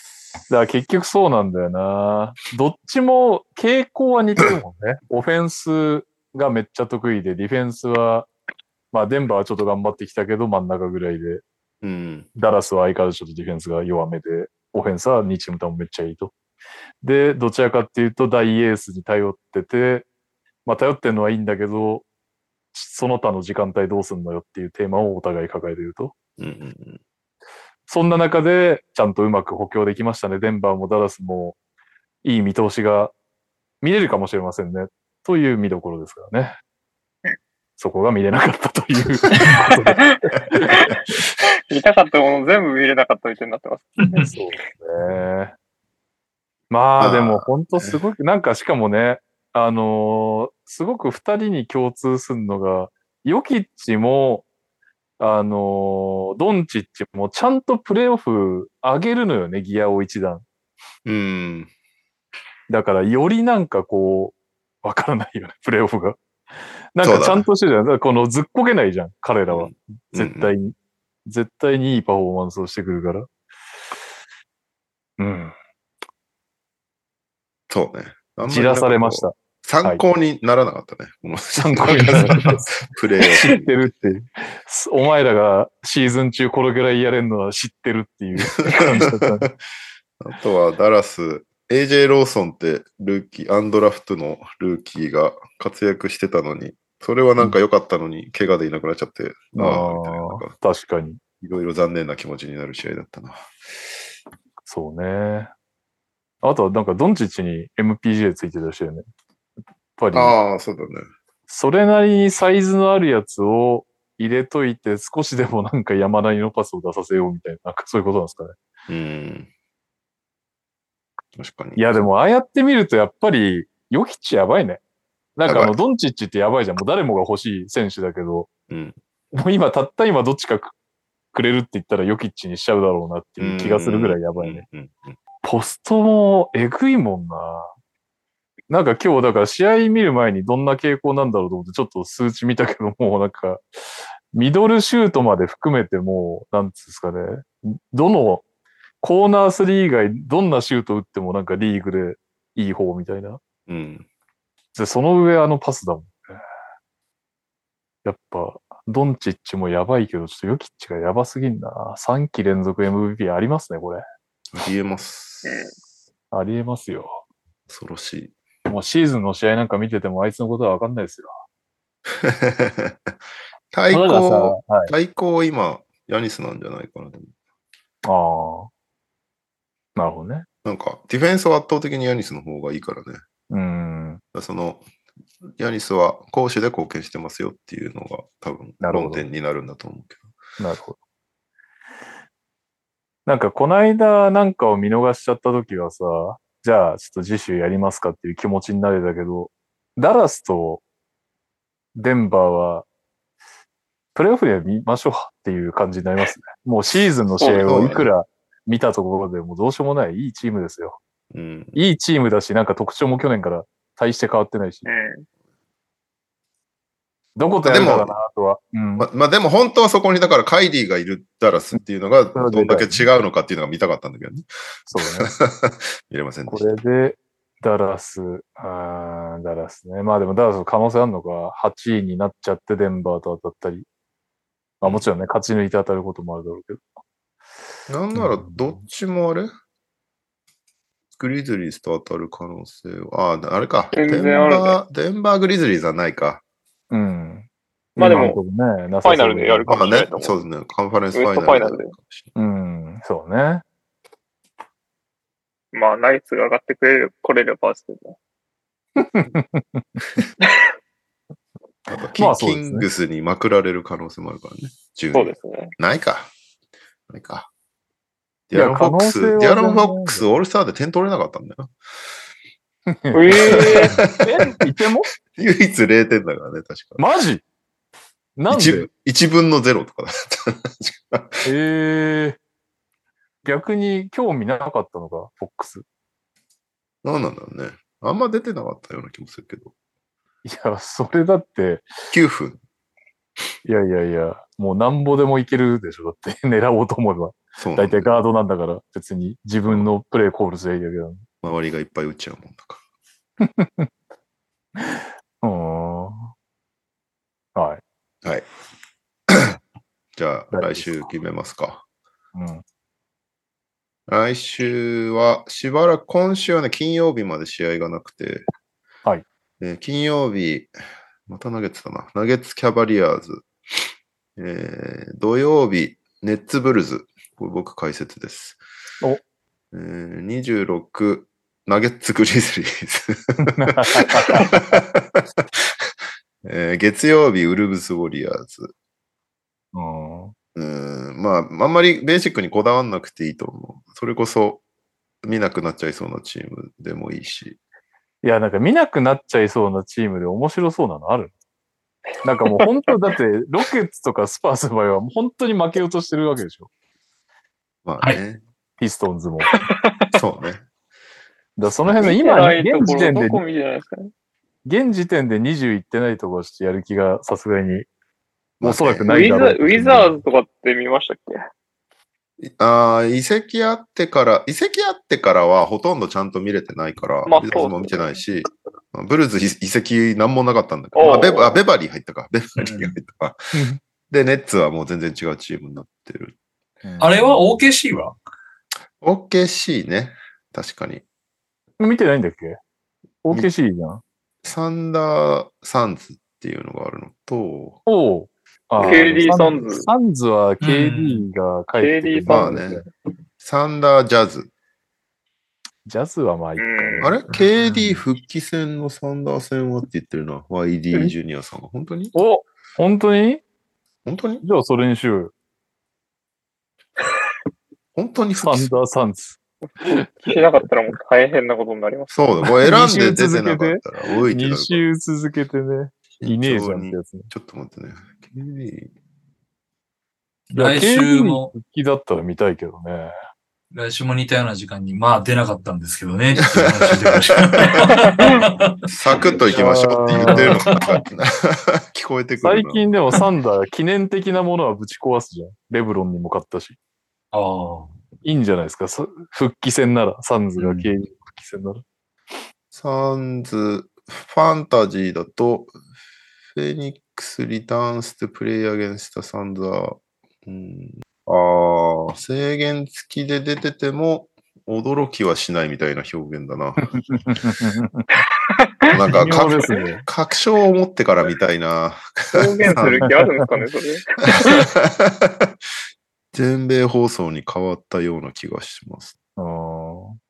B: だから結局そうなんだよな。どっちも傾向は似てるもんね。オフェンスがめっちゃ得意で、ディフェンスは、まあデンバーはちょっと頑張ってきたけど真ん中ぐらいで、
A: うん。
B: ダラスは相変わらずちょっとディフェンスが弱めで、オフェンスは2チームともめっちゃいいと。で、どちらかっていうと大エースに頼ってて、まあ頼ってるのはいいんだけど、その他の時間帯どうすんのよっていうテーマをお互い抱えていると。
A: うんうん
B: そんな中で、ちゃんとうまく補強できましたね。デンバーもダラスも、いい見通しが見れるかもしれませんね。という見どころですからね。そこが見れなかったという ことで
C: 見たかったもの全部見れなかったみたいになってます。
B: そうですね。ま
A: あ
B: あ
A: ー
B: でも本当すごく、なんかしかもね、あのーすごく二人に共通するのが、ヨキッチも、あのードンチッチもちゃんとプレイオフ上げるのよね、ギアを一段。
A: うん。うん。
B: だからよりなんかこう、わからないよね、 プレイオフが。なん
A: そうだ
B: か
A: ね
B: ちゃんとしてるじゃん。だからこのずっこけないじゃん、彼らは。絶対に、絶対にいいパフォーマンスをしてくるから。うん。
A: そうね。あんまり
B: じらされまし。た。
A: 参考にならなかったね。この
B: 参考にならなかった。
A: プレイを。
B: 知ってるっていう。すお前らがシーズン中これぐらいやれるのは知ってる っていう感じだった。
A: あとはダラス、AJ ローソンってルーキー、アンドラフトのルーキーが活躍してたのに、それはなんか良かったのに、怪我でいなくなっちゃって、ああ、みたいな、なん
B: あ
A: か
B: あ、確かに。
A: いろいろ残念な気持ちになる試合だったな。
B: そうね。あとはなんかドンチッチに MPJ ついてたしよね。やっぱり、
A: ああ、そうだね。
B: それなりにサイズのあるやつを入れといて、少しでもなんか山なりのパスを出させようみたいな、なんかそういうことなんですかね。
A: うん。確かに。
B: いや、でもああやってみると、やっぱり、ヨキッチやばいね。なんかあ
A: やば
B: の、ドンチッチってやばいじゃん。もう誰もが欲しい選手だけど、
A: うん
B: もう今、たった今どっちかくくれるって言ったらヨキッチにしちゃうだろうなっていう気がするぐらいやばいね。
A: うん。うん
B: ポストもえぐいもんな。なんか今日、だから試合見る前にどんな傾向なんだろうと思って、ちょっと数値見たけど、もうなんか、ミドルシュートまで含めてもう、なんつうんですかね、どの、コーナー3以外、どんなシュート打ってもなんかリーグでいい方みたいな。
A: うん。
B: で、その上あのパスだもんね。やっぱ、ドンチッチもやばいけど、ちょっとヨキッチがやばすぎんな。3期連続 MVP ありますね、これ。
A: 言えます。
B: ありえますよ。
A: 恐ろし い。
B: もうシーズンの試合なんか見ててもあいつのことはわかんないですよ。
A: 対
B: たださ、
A: 抗、
B: はい。
A: 対抗今、ヤニスなんじゃないかな。でも
B: ああ。なるほどね。
A: なんか、ディフェンスは圧倒的にヤニスの方がいいからね。
B: うーん。
A: だからそのヤニスは攻守で貢献してますよっていうのが多分
B: なるほど
A: 論点になるんだと思うけ
B: なるほど。なんか、こないだなんかを見逃しちゃった時はさ、じゃあ、ちょっと次週やりますかっていう気持ちになれたけど、ダラスとデンバーは、プレーオフで見ましょうっていう感じになりますね。もうシーズンの試合をいくら見たところでもどうしようもないいいチームですよ。
A: ど。うん。
B: いいチームだし、なんか特徴も去年から大して変わってないし
C: う、ん。
B: どことやるかだなとは。うん
A: ままあでも本当はそこにだからカイリーがいるダラスっていうのがどんだけ違うのかっていうのが見たかったんだけどね。
B: そうだね。
A: 見れませんで
B: こ
A: した。
B: れで、ダラス、あーダラスね。まあでもダラスの可能性あるのか、8位になっちゃってデンバーと当たったり。まあもちろんね、勝ち抜いて当たることもあるだろうけど。
A: なんならどっちもあれグリズリーズと当たる可能性は、ああ、あれか。デ
C: 全
A: ン
C: 然あるね
A: バー、デンバーグリズリーズはないか。
B: うん。
C: まあでも
B: 今のとこね、フ
C: ファイナルでやるか
A: ま
C: も
A: あ
C: しれない
A: ね
C: と、思う
A: そうですね。カンファレンスファイナル
C: ウエストファイナルで
B: うん、そうね。
C: まあ、ナイツが上がってくれる、来れればですけど。
A: あと
B: まあ
A: キ
B: そう
A: キ
B: ですね
A: ングスにまくられる可能性もあるからね。順位
C: そうですね。
A: ないか。ないか。
B: い
A: ディ
B: や
A: アロン・フォックス、
B: 可能性は
A: ディアロン・フ
B: 全然
A: ォックス、オールスターで点取れなかったんだよ。
C: えー、
B: え、 いても
A: 唯一0点だからね、確か。
B: マジなん
A: 一
B: で
A: 分一分の0とかだ。
B: えー、逆に興味なかったのか、フォックス。
A: 何なんだろうね。あんま出てなかったような気もするけど。
B: いや、それだって、
A: 9分。
B: いやいやいや、もうなんぼでもいけるでしょ。だって、 狙おうと思えば。
A: そうな
B: 大
A: んだよ
B: 体ガードなんだから、別に自分のプレーコールすればいいだけだう
A: 周りがいっぱい打っちゃうもんだか
B: ーん。は
A: ら。
B: い。
A: はい。じゃあ、来
B: 大丈夫ですか
A: 週決めますか。
B: うん。
A: 来週は、しばらく、今週はね、金曜日まで試合がなくて、
B: はい。
A: えー金曜日、またナゲッツだな。ナゲッツキャバリアーズ。えー土曜日、ネッツブルズ。これ僕解説です。
B: お
A: えー、26、ナゲッツグリズリーズ。 えー月曜日、ウルブス・ウォリアーズ。
B: うん。
A: うーんまあ、あんまりベーシックにこだわんなくていいと思う。それこそ、見なくなっちゃいそうなチームでもいいし。
B: いや、なんか見なくなっちゃいそうなチームで面白そうなのあるなんかもう本当、だ って、ロケッツとかスパースの場合はもう本当に負けようとしてるわけでしょ。
A: まあね、
B: ピストンズも。だ
A: そうね。
B: からその辺の
C: 見て
B: 今、
C: ないと
B: 現
C: こ
B: 時
C: ろ
B: 点
C: ど
B: で、
C: こ見てないですかね。
B: 現時点で20いってないところしてやる気がさすがに、
A: まあね
B: おそらく
C: ウ
B: ない
C: ィ
B: だ
C: ザ
B: ろうけど
C: ウィザーズとかって見ましたっけ
A: ああ、移籍あってから、移籍あってからはほとんどちゃんと見れてないから、
C: まあ
A: ビザーズ
C: そ
A: も
C: う
A: 見
C: です
A: て
C: ね
A: ないし、ブルーズ移移籍なんもなかったんだけど、
C: おう
A: あベバあベバリー入ったか、ベバリーが入ったか。で、ネッツはもう全然違うチームになってる。
B: うん
D: あれは OKC は
A: OKC ね、確かに。
B: 見てないんだっけ ?OKC じゃん。
A: サンダー・サンズっていうのがあるのと、
B: おう。あー
C: KD サンズ
B: サンズは KD が帰ってくる
C: KD
A: まあ
C: サン
A: ね。、サンダージャズ。
B: ジャズはまあいいか
C: うん
A: あれ ?KD 復帰戦のサンダー戦はって言ってるな。YD ジュニアさんが。本当に
B: お本当に
A: 本当に
B: じゃあそれにしようよ。
A: 本当に
B: サ
A: 復帰
B: ン
A: 戦
B: ダーサンズ。
C: しなかったらもう大変なことになります。
A: そうだ、これ選んで
B: 二週
A: 出て
B: 続け
A: なか
B: て
A: ったら多いってなる
B: 2
A: から
B: 週続けてね、いねえじゃんってやつね。
A: ちょっと待ってね。KD。
D: 来週も、
B: 好きだったら見たいけどね。
D: 来週も似たような時間に、まあ出なかったんですけどね。っていう話でました
A: サクッといきましょうって言ってるのがなんか 聞こえてくる
B: 最
A: な。
B: 近でもサンダー、記念的なものはぶち壊すじゃん。レブロンにも勝ったし。
D: ああ。
B: いいんじゃないですか。そ復帰戦なら、サンズが KD 復帰戦なら。
A: サンズ、ファンタジーだと、フェニックス・リターンス・トゥ・プレイ・アゲンスタ・サンズは、うん、ああ、制限付きで出てても、驚きはしないみたいな表現だ な。なんか
B: 微妙で
A: 確、
B: すね。
A: 確証を持ってからみたいな。
C: 表現する気あるんですかね、それ。
A: 全米放送に変わったような気がします。
B: うん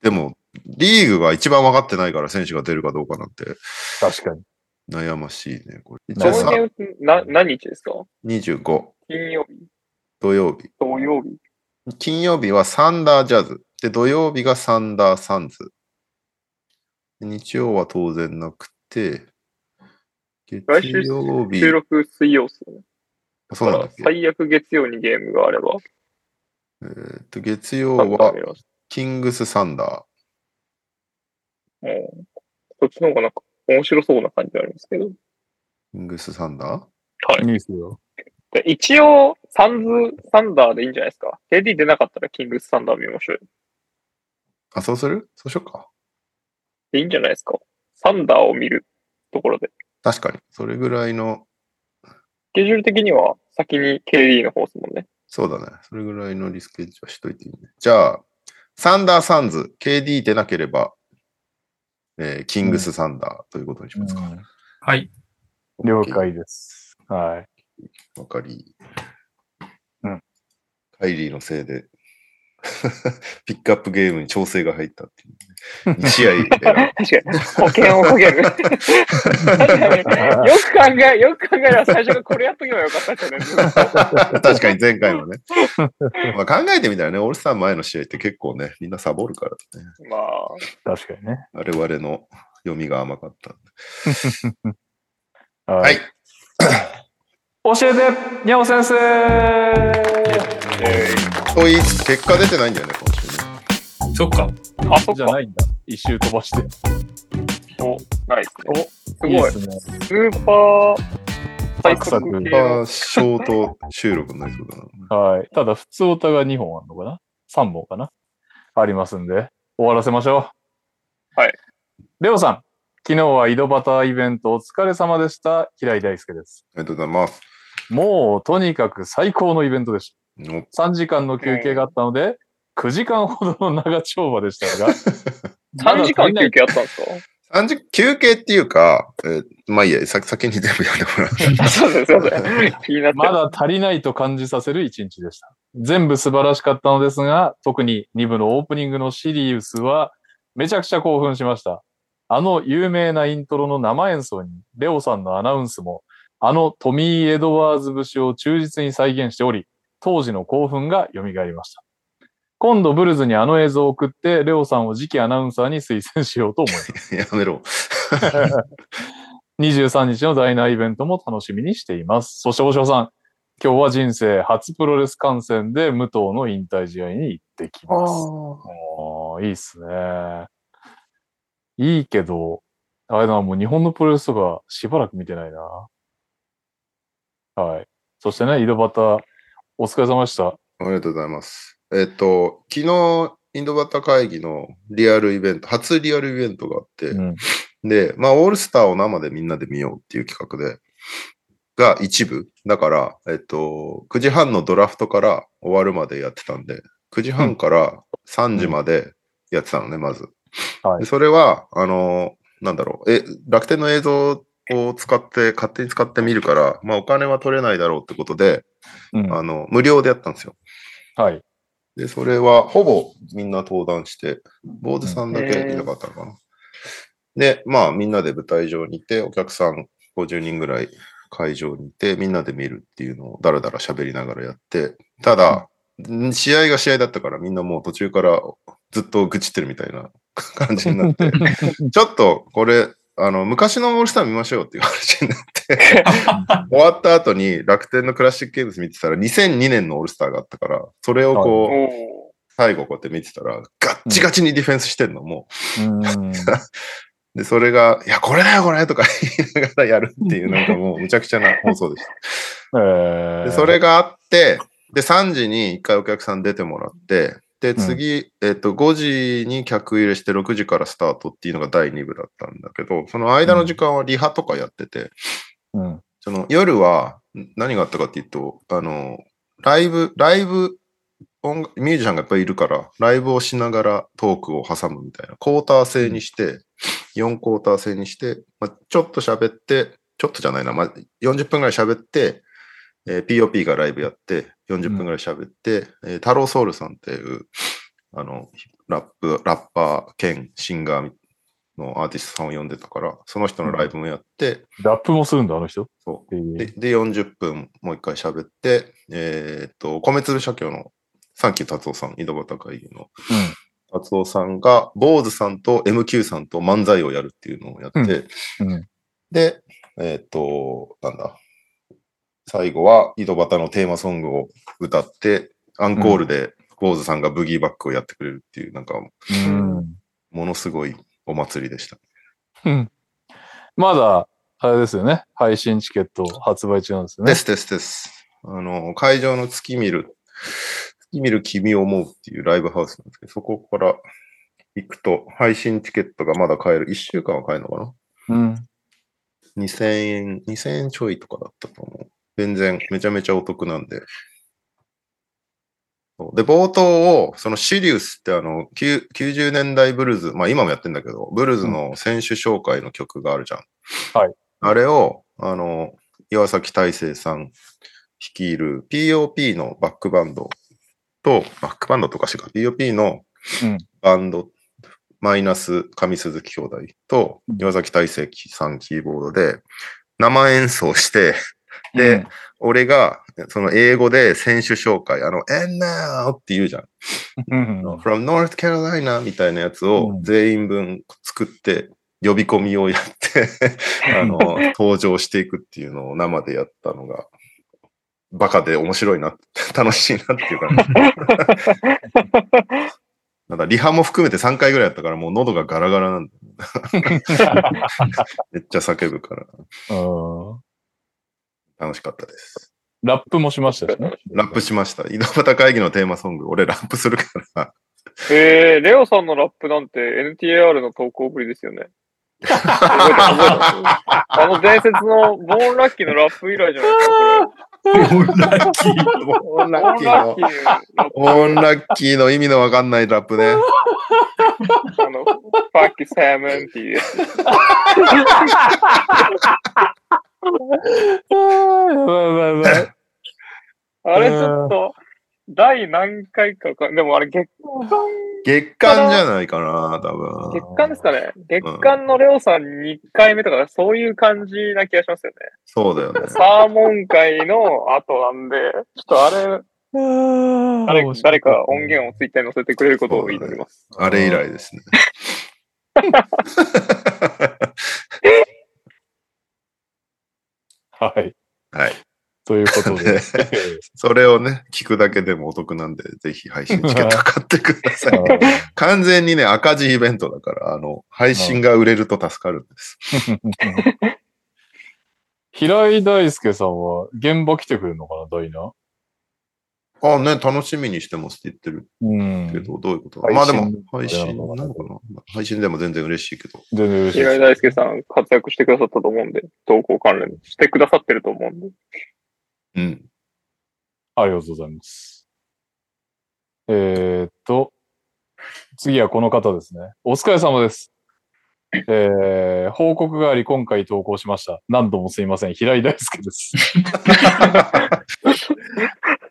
A: でも、リーグが一番分かってないから選手が出るかどうかなんて
B: 確かに。
A: 悩ましいね。これ
B: じゃあ
C: ゴ
B: さ
C: ールデンウィークな何日ですか
A: 25
C: 金曜日、
A: 土曜日。
C: 土曜日。
A: 金曜日はサンダージャズ。で、土曜日がサンダーサンズ。日曜は当然なくて、月
C: 来週
A: 曜日、
C: 収録水曜っすよね。
A: あそうなんだっけ、
C: 最悪月曜にゲームがあれば、
A: えーっと月曜
C: サンダー
A: は
C: 見ます。
A: キングスサンダー。
C: うんこっちの方がなんか面白そうな感じがありますけど。
A: キングスサンダー
C: はい
B: ニュースよ。
C: で一応、サンズ、サンダーでいいんじゃないですか。KD 出なかったらキングスサンダー見ましょうよ。
A: あ、そうするそうしようか。
C: でいいんじゃないですか。サンダーを見るところで。
A: 確かに。それぐらいの、
C: スケジュール的には先に KD の方ですもんね。
A: そうだね。それぐらいのリスケジュールはしといていいね。じゃあ、サンダーサンズ、KD 出なければ、えーキングスサンダーということにしますか。
D: はい。
B: 了解です。はい。
A: わかり。
B: うん。
A: カイリーのせいで、 ピックアップゲームに調整が入ったっていう、ね。2試合選
C: 確かに。保険をかける。確かに。よく考え、よく考えれば最初からこれやっとけばよかったですよね。
A: ぶ 確かに前回も ね。まあ考えてみたらね、オールスター前の試合って結構ね、みんなサボるからね。
C: まあ、
B: 確かにね。
A: 我々の読みが甘かった。
B: は
A: はい。。
B: 教えて、にゃお先生
C: え
A: と言いつつ結果出てないんだよね、今週ね。
D: そっ か。
C: ー、あ、そっ
B: じゃ
C: か。
B: ないんだ。一周飛ばして。
C: ないですね。す
B: い
C: ごい
B: っ。すね。
C: スーパー最
B: サクサ
C: 速
B: ク
C: 系
A: ま
C: の
A: あ、ショート収録になりそうだな。
B: はい。ただ、普通オタが2本あるのかな ?3 本かなありますんで、終わらせましょう。
C: はい。
B: レオさん、昨日は井戸端イベントお疲れ様でした。平井大輔です。
A: ありがとうございます。
B: もう、とにかく最高のイベントでし
A: お
B: た。3時間の休憩があったので、 9時間ほどの長丁場でしたが、
C: 3時間休憩あったんですか
A: 3時休憩っていうか、えーまあいいや、さ先に全部読んでもらう。
C: あ そうです、すいませ ん。気になって
B: まだ足りないと感じさせる一日でした。全部素晴らしかったのですが、特に2部のオープニングのシリウスはめちゃくちゃ興奮しました。あの有名なイントロの生演奏に、レオさんのアナウンスも、あのトミー・エドワーズ節を忠実に再現しており、当時の興奮が蘇りました。今度ブルズにあの映像を送って、レオさんを次期アナウンサーに推薦しようと思います。
A: やめろ。
B: 23日のダイナーイベントも楽しみにしています。そして大城さん、今日は人生初プロレス観戦で武藤の引退試合に行ってきます。おーいいっすね。いいけど、あれだな、もう日本のプロレスとかしばらく見てないな。はい。そしてね、井戸端、お疲れ様でした。
A: ありがとうございます。えっ、と、昨日、インドバタ会議のリアルイベント、初リアルイベントがあって、
B: うん。
A: で、まあ、オールスターを生でみんなで見ようっていう企画で、が一部。だから、えっと、9時半のドラフトから終わるまでやってたんで、9時半から3時までやってたのね、まず。
B: はい
A: でそれは、あの、なんだろう、え、楽天の映像を使って、勝手に使ってみるから、まあ、お金は取れないだろうってことで、
B: うん、
A: あの、無料でやったんですよ。
B: はい。
A: で、それはほぼみんな登壇して、坊主さんだけいなかったのかな。で、まあみんなで舞台上にいて、お客さん50人ぐらい会場にいて、みんなで見るっていうのをだらだら喋りながらやって、ただ、ん試合が試合だったからみんなもう途中からずっと愚痴ってるみたいな 感じに なって、ちょっとこれ、あの、昔のオールスター見ましょうっていう話になって、終わった後に楽天のクラシックゲームズ見てたら2002年のオールスターがあったから、それをこう、
C: おお
A: 最後こうやって見てたら、ガッチガチにディフェンスしてんの、も
B: うん。
A: う。で、それが、いや、これだよ、これとか言いながらやるっていう、なんかもう、むちゃくちゃな放送でし
B: え
A: た。
B: ー
A: で、それ、があって、で、3時に一回お客さん出てもらって、で、次、えっと、5時に客入れして、6時からスタートっていうのが第2部だったんだけど、その間の時間はリハとかやってて、
B: うん。
A: その夜はん何があったかっていうと、あの、ライブ、ライブ、音楽ミュージシャンがいっぱいいるから、ライブをしながらトークを挟むみたいな、クォーター制にして、4クォーター制にして、まあ、ちょっと喋って、ちょっとじゃないな、まあ、40分ぐらい喋って、えー POP がライブやって、40分ぐらい喋って、えー太郎ソウルさんっていう、あの、ラップ、ラッパー兼シンガーのアーティストさんを呼んでたから、その人のライブもやって、
B: ラップもするんだ、あの人。
A: そう
B: えー
A: で、で40分もう一回喋って、えーっと、米粒社協のサンキュー達夫さん、井戸端会議の達夫さんが、坊主さんと MQ さんと漫才をやるっていうのをやって、
B: うんうん。
A: で、えーっと、なんだ、最後は井戸端のテーマソングを歌って、アンコールで坊主さんがブギーバックをやってくれるっていう、なんか、
B: うん。
A: ものすごいお祭りでした。
B: うんまだ、あれですよね。配信チケット発売中なんですよね
A: で。すですです。あの、会場の月見る、月見る君を思うっていうライブハウスなんですけど、そこから行くと、配信チケットがまだ買える。1週間は買えるのかな
B: うん。
A: ?2000 円、2000円ちょいとかだったと思う。全然、めちゃめちゃお得なんで。そうで、冒頭を、そのシリウスってあの、きゅう90年代ブルーズ、まあ今もやってんだけど、ブルーズの選手紹介の曲があるじゃん。
B: はい。
A: あれを、あの、岩崎大成さん率いる POP のバックバンドと、バックバンドとかしか、POP の
B: うん
A: バンド、マイナス上鈴木兄弟と
B: うん
A: 岩崎大成さんキーボードで生演奏して、で、俺がその英語で選手紹介、あの、and now って言うじゃん。
B: うん、
A: from North Carolina みたいなやつを
B: うん
A: 全員分作って、呼び込みをや って、あの、登場していくっていうのを生でやったのが、バカで面白いな、楽しいなっていう感じ。 なんだリハも含めて3回ぐらいやったから、もう喉がガラガラなんで、 めっちゃ叫ぶから、
B: うん
A: 楽しかったです。
B: ラップもしましたしね。
A: ラップしました。井戸端会議のテーマソング、俺ラップするから、
C: えー、レオさんのラップなんて NTR の投稿ぶりですよね。覚えてます覚えてますあの伝説のボーンラッキーのラップ以来じゃないですか、こ
D: オンラッキー。
A: オンラッ
C: ラッ
A: キ
C: キ
A: ーの
C: ー、の
A: オンラッキーの意味のわかんないラップね。
C: あの、パッキセブンティーです。
B: あーやばいやばいやばい。
C: あれちょっと、第何回かか、でもあれ月
A: 月間じゃないかな、多分。
C: 月間ですかね月間のレオさん2回目とか、そういう感じな気がしますよね。
A: そうだよね。
C: サーモン会の後なんで、ちょっとあれ、
B: あ
C: 誰誰か音源をツイッターに載せてくれることを祈ります。
A: あれ以来ですね。
B: はい。
A: はい。
B: ということ で。
A: それをね、聞くだけでもお得なんで、ぜひ配信チケット買ってくださ
B: あ
A: い。
B: ー
A: 完全にね、赤字イベントだから、あの、配信が売れると助かるんです。
B: 平井大輔さんは現場来てくれるのかな、ダイナ。
A: ああね、楽しみにしてますって言ってる
B: うん。
A: けど、どういうこと
B: 配
A: ま
B: 信
A: あでも、配信
B: なのかな
A: なのかな配信でも全然嬉しいけど。
B: 全然嬉しい
C: 平
B: です。
C: 井大輔さん活躍してくださったと思うんで、投稿関連してくださってると思うんで。
A: うん。
B: ありがとうございます。えー、っと、次はこの方ですね。お疲れ様です。えー、報告があり、今回投稿しました。何度もすいません。平井大輔です。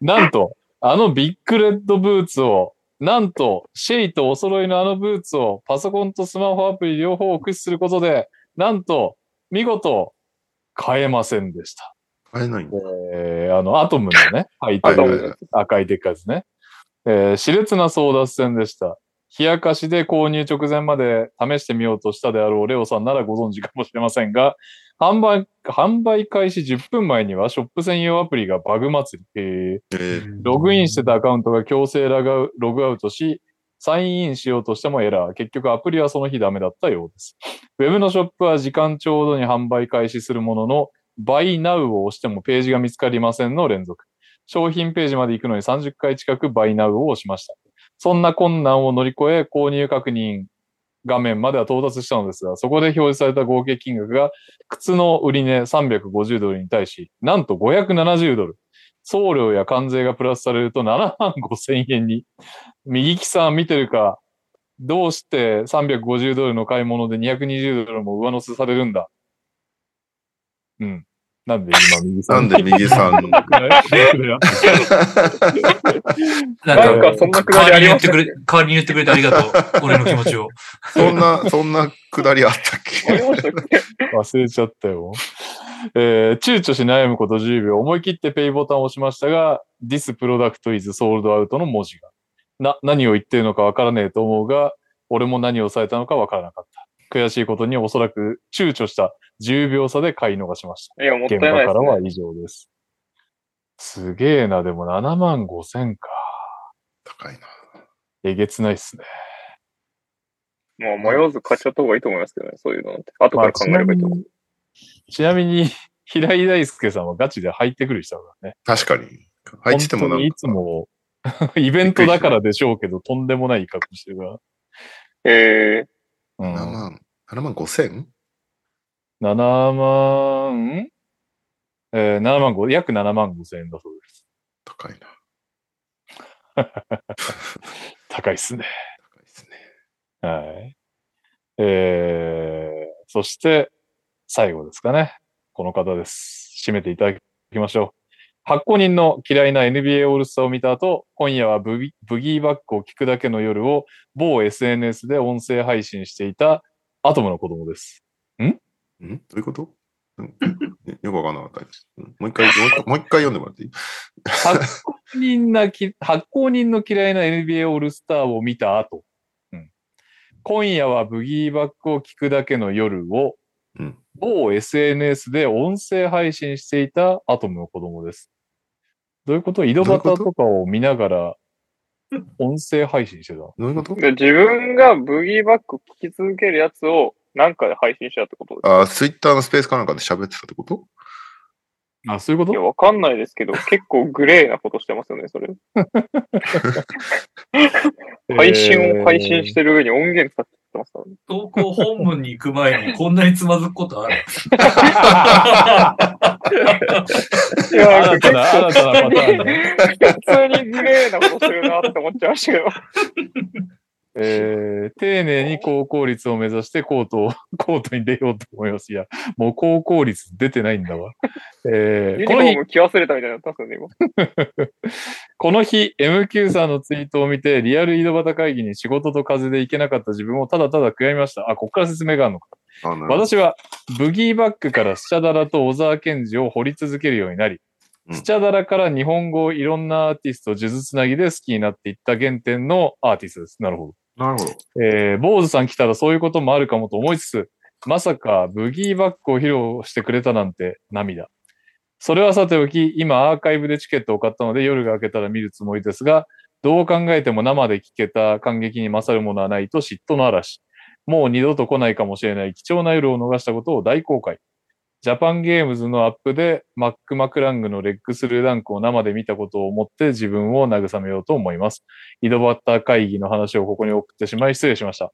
B: なんと、あのビッグレッドブーツを、なんと、シェイとお揃いのあのブーツをパソコンとスマホアプリ両方を駆使することで、なんと、見事、買えませんでした。
A: 買えないんだ。
B: えー、あの、アトムのね、入って
A: はい
B: る
A: はいはい。
B: 赤いでっかいですね。えー熾烈な争奪戦でした。冷やかしで購入直前まで試してみようとしたであろうレオさんならご存知かもしれませんが、販売、販売開始10分前にはショップ専用アプリがバグ祭り、えー
A: え
B: ログインしてたアカウントが強制ラグログアウトし、サインインしようとしてもエラー。結局アプリはその日ダメだったようです。ウェブのショップは時間ちょうどに販売開始するものの、Buy Now を押してもページが見つかりませんの連続。商品ページまで行くのに30回近く Buy Now を押しました。そんな困難を乗り越え、購入確認画面までは到達したのですが、そこで表示された合計金額が、靴の売値350ドルに対し、なんと570ドル。送料や関税がプラスされると7万5千円に。右木さん見てるか、どうして350ドルの買い物で220ドルも上乗せされるんだうん。なんで今右
A: ー、
B: さ
A: なんんで右さん。
D: な
C: なんん
D: か、
C: かそんなくだ
D: 代
C: り
D: わ
C: あり
D: りに言
C: ま
D: って
C: す
D: くれ、代わりに言ってくれてありがと う。俺の気持ちを。
A: そんな、そんなくだりあったっ
C: あ
A: け
C: りましたっけ
B: 忘れちゃったよ。えー躊躇し悩むこと10秒。思い切ってペイボタンを押しましたが、This product is sold out の文字が。な、何を言ってるのかわからねえと思うが、俺も何をされたのかわからなかった。悔しいことにおそらく躊躇した10秒差で買い逃しました。
C: いや、もったい
B: 現
C: な
B: 場
C: いで
B: か
C: す、
B: ら
C: ね。
B: は以上です。すげえな、でも7万5千か。
A: 高いな。
B: えげつないっすね。
C: もう迷わず買っちゃった方がいいと思いますけどね、そういうのって。後から考えればいいと思う。
B: ちなみに、平井大輔さんはガチで入ってくる人だからね。
A: 確かに。入ってても
B: 本
A: な
B: 当に
A: ん
B: い
A: か、
B: つも、 イベントだからでしょうけど、とんでもない格好してるか
C: え
A: 7
B: ら。
A: 万、7万5千
B: うん、7万、えー、7万5、約7万5千円だそうです。
A: 高いな。
B: 高いっすね。
A: 高いですね。
B: はい。えー、そして、最後ですかね。この方です。締めていただきましょう。発行人の嫌いな NBA オールスターを見た後、今夜はブギブギーバックを聞くだけの夜を某 SNS で音声配信していたアトムの子供です。
A: んどういうことうんよよくわかんなかったです。うんもう一回、もう一回もう一回読んでもらっていい
B: 発行人なき、発行人の嫌いな NBA オールスターを見た後、うん今夜はブギーバックを聞くだけの夜を、
A: うん
B: 某 SNS で音声配信していたアトムの子供です。どういうこと井戸端
A: どういうこと
B: とかを見ながら、音声配信してたの
A: どういうこと
C: ーで自分がブギーバック聞き続けるやつをなんかで配信したってことです
A: あ、ツイッターのスペースかなんかで喋ってたってこと
B: あ、そういうこ
C: いや、
B: と
C: わかんないです けど、結構グレーなことしてますよね、それ。配信を配信してる上に音源使ってってますからね。
D: 東校本部に行く前にこんなにつまずくことある
C: いや
B: 新たな、新たなパターンね。
C: 普通にグレーなことするなって思 っちゃいましたけど。
B: えー丁寧に高効率を目指してコートを、 コートに出ようと思います。いや、もう高効率出てないんだわ。えー
C: ユニフ
B: こ
C: ォ
B: の日
C: ー、ム着忘れたみたいになったんですよね、今。
B: この日、MQ さんのツイートを見て、リアル井戸端会議に仕事と風邪で行けなかった自分をただただ悔やみました。あ、ここから説明があるのか。
A: あなるほど
B: 私は、ブギーバックからスチャダラと小沢健二を掘り続けるようになり、
A: うん
B: スチャダラから日本語をいろんなアーティスト、数珠つなぎで好きになっていった原点のアーティストです。なるほど。
A: なるほど。
B: えー、坊主さん来たらそういうこともあるかもと思いつつ、まさかブギーバックを披露してくれたなんて涙。それはさておき、今アーカイブでチケットを買ったので夜が明けたら見るつもりですが、どう考えても生で聞けた感激に勝るものはないと嫉妬の嵐。もう二度と来ないかもしれない貴重な夜を逃したことを大公開。ジャパンゲームズのアップでマック・マクラングのレックスルーダンクを生で見たことを思って自分を慰めようと思います。井戸端会議の話をここに送ってしまい失礼しました。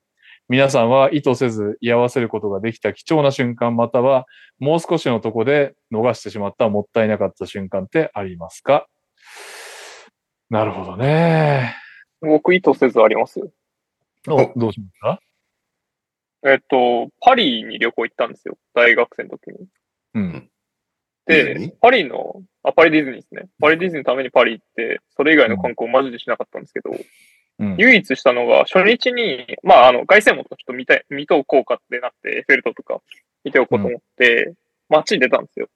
B: 皆さんは意図せず居合わせることができた貴重な瞬間またはもう少しのとこで逃してしまったもったいなかった瞬間ってありますかなるほどね。
C: 僕、意図せずありますよ。
B: おどうしますか
C: えっと、パリに旅行行ったんですよ。大学生の時に。
B: うん。
A: ディズニー
C: で、パリの、あ、パリディズニーですね。パリディズニーのためにパリ行って、それ以外の観光マジでしなかったんですけど、
B: うん。
C: 唯一したのが、初日に、まあ、あの、凱旋門とかちょっと見たい、見とこうかってなって、エッフェル塔とか見ておこうと思って、街に出たんですよ。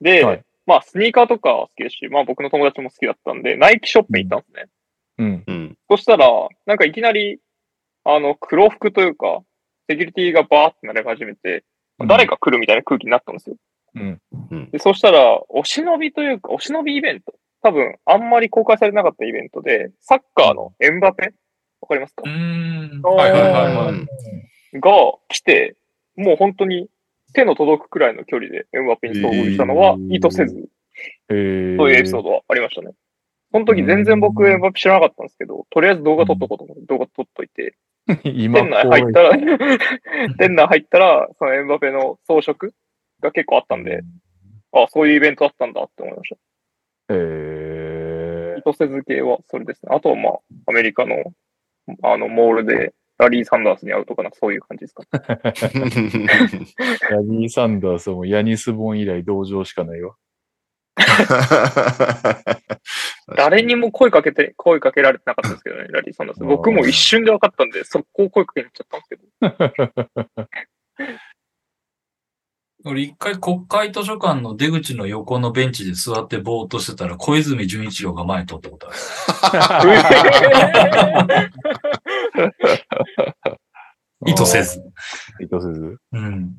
C: で、
B: はい
C: まあ、スニーカーとか好きですし、まあ、僕の友達も好きだったんで、ナイキショップに行ったんですね。
B: うん。
A: うん。
C: そしたら、なんかいきなり、あの、黒服というか、セキュリティがバーってなり始めて、誰か来るみたいな空気になったんですよ。
B: うん。
C: で、そしたら、お忍びというか、お忍びイベント。多分、あんまり公開されてなかったイベントで、サッカーのエンバペわかりますか
D: うーん。
C: あー
D: はいはいはいは
A: う
D: い。
A: ん
C: が来て、もう本当に手の届くくらいの距離でエンバペに遭遇したのは
B: えー
C: 意図せず、
B: えー、
C: そういうエピソードはありましたね。その時全然僕エンバペ知らなかったんですけど、とりあえず動画撮っとこうと思って動画撮っといて、
B: 今
C: 店内入ったら、 店内入ったら、そのエンバペの装飾が結構あったんで、あそういうイベントだったんだって思いました。
B: え
C: 意図せず系はそれですね。あとはまあ、アメリカの、あの、モールで、ラリー・サンダースに会うとか、なんかそういう感じですか。
B: ー、ヤニー・サンダースもヤニスボン以来同情しかないわ。
C: 誰にも声かけて、声かけられてなかったですけどね、ラリー・サンダース。僕も一瞬で分かったんで、速攻声かけに行っちゃったんですけど。
D: 俺一回国会図書館の出口の横のベンチで座ってぼーっとしてたら小泉純一郎が前に通ったことある。意図せず。
B: 意図せず。
D: うん。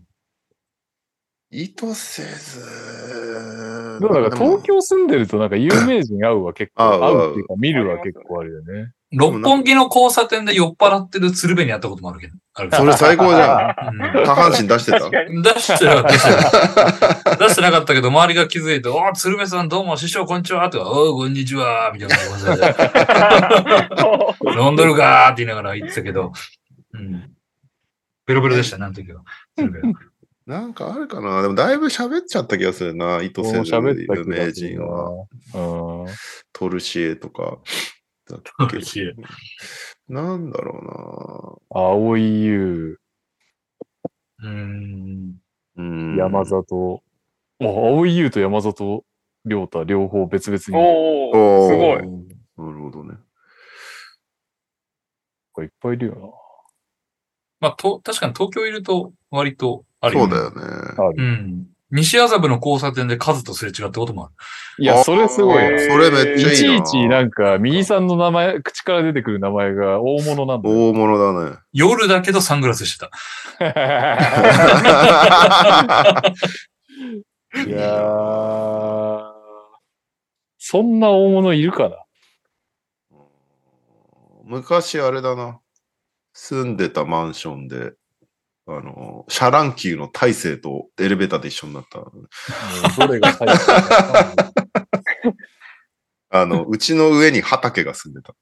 A: 意図せず。
B: でもなんか東京住んでるとなんか有名人会うは結構、
A: あ
B: 会うっていうか見るは結構あるよね。
D: 六本木の交差点で酔っ払ってる鶴瓶に会ったこともあるけど。あるけど
A: それ最高じゃ
D: うん
A: ん。下半身出してた
C: 確。か に。
D: 出してなかった出してなかった。出してなかったけど、周りが気づいて、おー鶴瓶さんどうも、師匠こんにちは、とか、おーこんにちは、みたいな感じ で、飲んどるかーって言いながら言ってたけど、うん。ベロベロでしたね、あの時は。鶴瓶は
A: なんかあるかなでもだいぶ喋っちゃった気がするな。意図
B: もう
A: せず
B: 喋った
A: 有
B: 気が
A: 名
B: する
A: 人
B: な
A: は。。
B: うん。
A: トルシエとか。だっけ
D: トルシエ
A: なんだろ
B: 青井優、
D: うーん。
A: うな。うん
B: 山里。あ、青井優と山里亮太両方別々に。
C: お
A: おー
C: ー、すごい。
A: なるほどね。
B: いっぱいいるよ
D: まあ、と、確かに東京いると、割と、ある
A: そう
D: ね
A: だよね。
B: な。あ
D: う
B: る。
D: ん。西麻布の交差点でカズとすれ違ったこともある。
B: いや、それすごい
A: あ
B: な。
A: ーそれめっ
B: い
A: ちゃいいな。
B: ちいちなんか、右さんの名前、口から出てくる名前が大物なんだよ。
A: 大物だね。
D: 夜だけどサングラスしてた。
B: いやー、そんな大物いるかな
A: 昔あれだな。住んでたマンションで、あの、シャランキューの大勢とエレベーターで一緒になった。
B: どれが最初か
A: あの、うちの上に畑が住んでた。
B: ど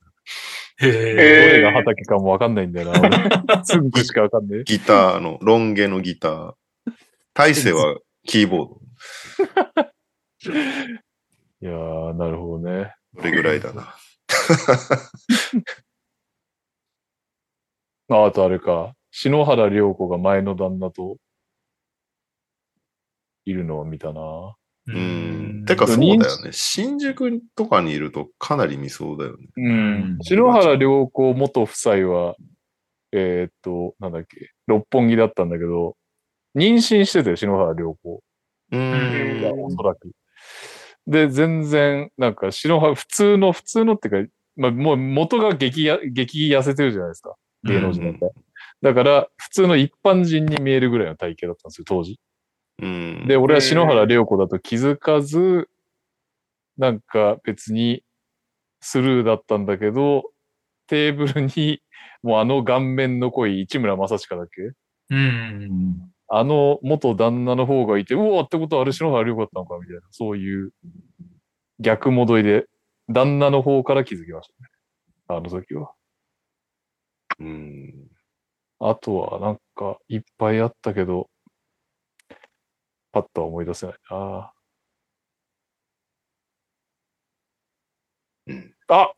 D: へ
B: れが畑かもわかんないんだよ な。俺すぐしかわかんない。
A: ギターの、ロン毛のギター。大勢はキーボード。
B: いやー、なるほどね。
A: これぐらいだな。
B: ああとあれか。篠原涼子が前の旦那といるのを見たな。
D: ー
A: うん。てかそうだよね。新宿とかにいるとかなり見そうだよね。
B: うん。篠原涼子元夫妻は、えーっと、なんだっけ、六本木だったんだけど、妊娠してて、篠原涼子
A: う
B: が
A: ーん。
B: おそらく。で、全然、なんか、篠原、普通の、普通のっていうか、まあ、もう元が激や、激痩せてるじゃないですか。芸能人だったら。だから、普通の一般人に見えるぐらいの体型だったんですよ、当時。
A: うん。
B: で、俺は篠原涼子だと気づかず、なんか別にスルーだったんだけど、テーブルにもうあの顔面の濃い市村正親だっけ
D: うん。
B: あの元旦那の方がいて、うわってことはあれ篠原涼子だったのかみたいな、そういう逆戻りで、旦那の方から気づきましたね。あの時は。
A: うん。
B: あとはなんかいっぱいあったけど、パッとは思い出せないな。
A: うん
B: あ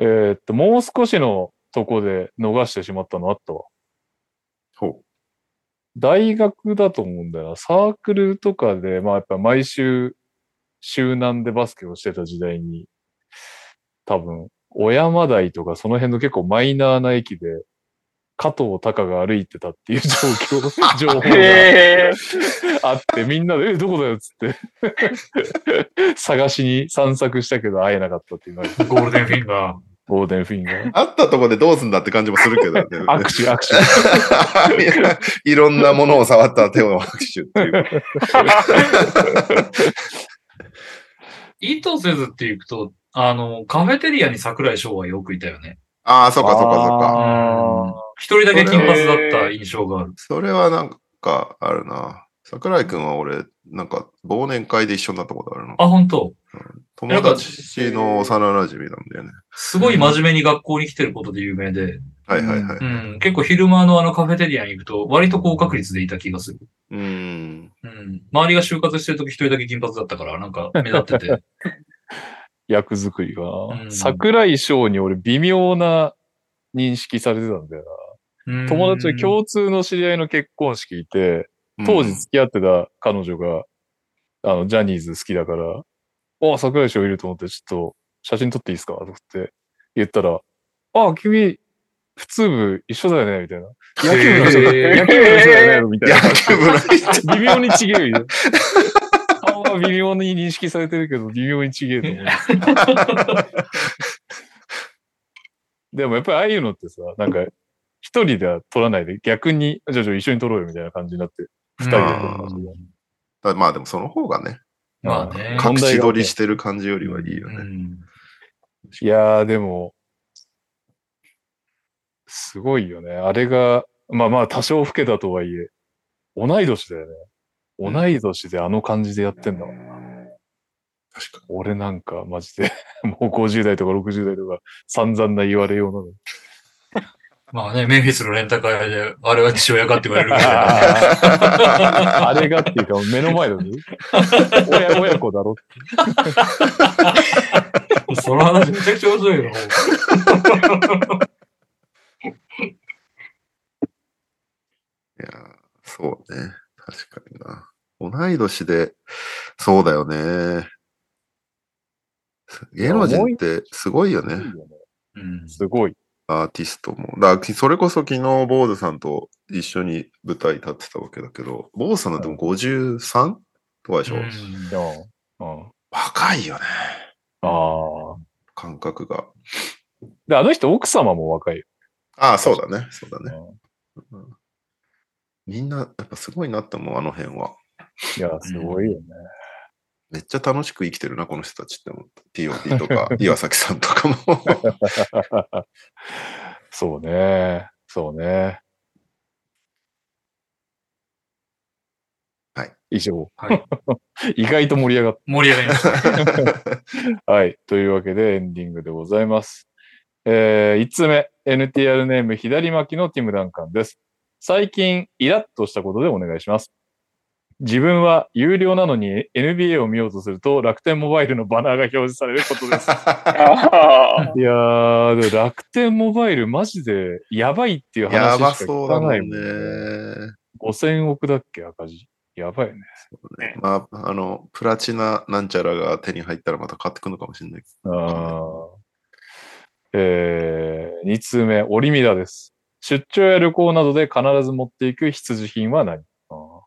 B: えーっと、もう少しのとこで逃してしまったのあったわ。
A: ほ
B: 大学だと思うんだよな。サークルとかで、まあやっぱ毎週、週南でバスケをしてた時代に、多分、小山台とかその辺の結構マイナーな駅で、加藤隆が歩いてたっていう状 況、情報が
C: へえー。
B: あって、みんなで、え、どこだよっつって、 探しに散策したけど会えなかったっていうのが、
D: ゴールデンフィンガー。
B: ゴールデンフィンガー
A: う。。あったとこでどうすんだって感じもするけど ね。
B: 握手、握手。
A: いやいろんなものを触った手を拍手っていう。
D: 意図せずっていくと、あの、カフェテリアに桜井翔はよくいたよね。
A: ああ、そうかそうかそうか。
B: あー
D: 一人だけ金髪だった印象がある。
A: それはなんかあるな。桜井くんは俺、なんか忘年会で一緒になったことあるの。
D: あ、本当。
A: 友達の幼馴染みなんだよね。
D: すごい真面目に学校に来てることで有名で、
A: はいはいはい。
D: うん、結構昼間のあのカフェテリアに行くと、割と高確率でいた気がする。
A: うーん。
D: うん。周りが就活してるとき一人だけ金髪だったから、なんか目立って て。
B: 役作りが
D: う
B: な。
D: ん
B: 桜井翔に俺微妙な認識されてたんだよ
D: うん
B: な。友達の共通の知り合いの結婚式いて、当時付き合ってた彼女が、あの、ジャニーズ好きだから、ああ、桜井翔いると思って、ちょっと写真撮っていいですかとかって言ったら、ああ、君、普通部一緒だよねみたいな。野球部の人だ
D: へー
B: 野球部の人だよねみたいな。
A: 野球部の人
B: 微妙に違えよ。顔は微妙に認識されてるけど、微妙に違えと思う。でもやっぱりああいうのってさ、なんか、一人では撮らないで、逆に、じゃあじゃあ一緒に撮ろうよみたいな感じになって、二人で撮る感じが
A: だまあでもその方がね、
D: まあね
B: 問
A: 隠
B: 題
A: し
B: が
A: 撮りしてる感じよりはい いよ
D: う
A: ね。
D: ん。
B: いやー、でも、すごいよね。あれが、まあまあ、多少老けたとはいえ、同い年だよね。同い年であの感じでやってんだもんな。
A: 確か
B: 俺なんか、マジで、 もう50代とか60代とか、散々な言われようなのに。
D: まあね、メンフィスのレンタカーで、あれは父親かって言われるぐらい
B: あれがっていうか、目の前だね。親親子だろって。
D: の。その話めちゃくちゃ面白いよ。
A: いやー、そうね。確かにな。同い年で、そうだよね。芸能人ってすごいよね。
D: うん。
B: すごい。
A: アーティストも。だきそれこそ昨日、坊主さんと一緒に舞台立ってたわけだけど、坊主さんだってもう 53? とかでしょ、
D: うん
B: うん。うん、あ
A: 若いよね。
B: あ。
A: 感覚が。
B: で、あの人、奥様も若いよ。
A: ああ、そうだね。そうだ
B: う
A: ね。
B: ん
A: みんな、やっぱすごいなって思う、あの辺は。
B: いや、すごいよね。
A: めっちゃ楽しく生きてるな、この人たちって思った。TOD とか、岩崎さんとかも。
B: そうね。そうね。
A: はい。
B: 以上。
D: はい、
B: 意外と盛り上がっ
D: 盛り上がりました。
B: た。はい。というわけでエンディングでございます。えー、1つ目、NTR ネーム左巻きのティム・ダンカンです。最近、イラッとしたことでお願いします。自分は有料なのに NBA を見ようとすると楽天モバイルのバナーが表示されることです。
C: あ
B: いやー、でも楽天モバイルマジでやばいっていう話
A: や
B: しか
A: ばそう
B: 聞
A: だ
B: か
A: も
B: なんいもんね。
A: ね。
B: 5000億だっけ赤字。やばいよね。
A: まあ、あの、プラチナなんちゃらが手に入ったらまた買ってくるのかもしれないけ
B: あーえー、2通目、オリミダです。出張や旅行などで必ず持っていく必需品は何あー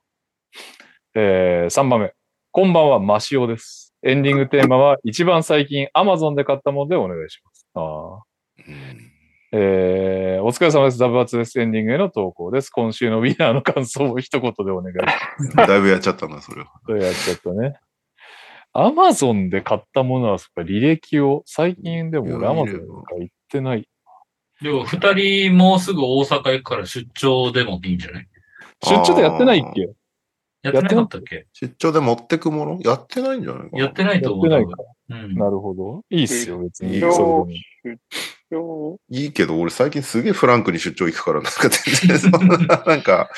B: えー、3番目、こんばんは、マシオです。エンディングテーマは、一番最近 Amazon で買ったものでお願いします。あー
A: ど。うん
B: えー、お疲れ様です。ダブアツです。エンディングへの投稿です。今週のウィナーの感想を一言でお願いします。
A: だいぶやっちゃったな、それは。
B: それやっちゃったね。アマゾンで買ったものは、そっか、履歴を、最近でも俺アマゾンなんか行ってない。
D: でも、二人もうすぐ大阪行くから出張でもいいんじゃない
B: 出張でやってないっけ
D: やってなかったっけ
A: 出張で持ってくものやってないんじゃないかな。
D: やってな
B: や
D: いと
B: っ
D: 思
B: て
D: う。
B: ない
D: 多
B: か
D: 分。うん。
B: なるほど。いいっすよ、別に。
A: いい
C: よ
B: それでも
C: ー
A: いいけど、俺最近すげえフランクに出張行くから、なんか全然そんな、なんか、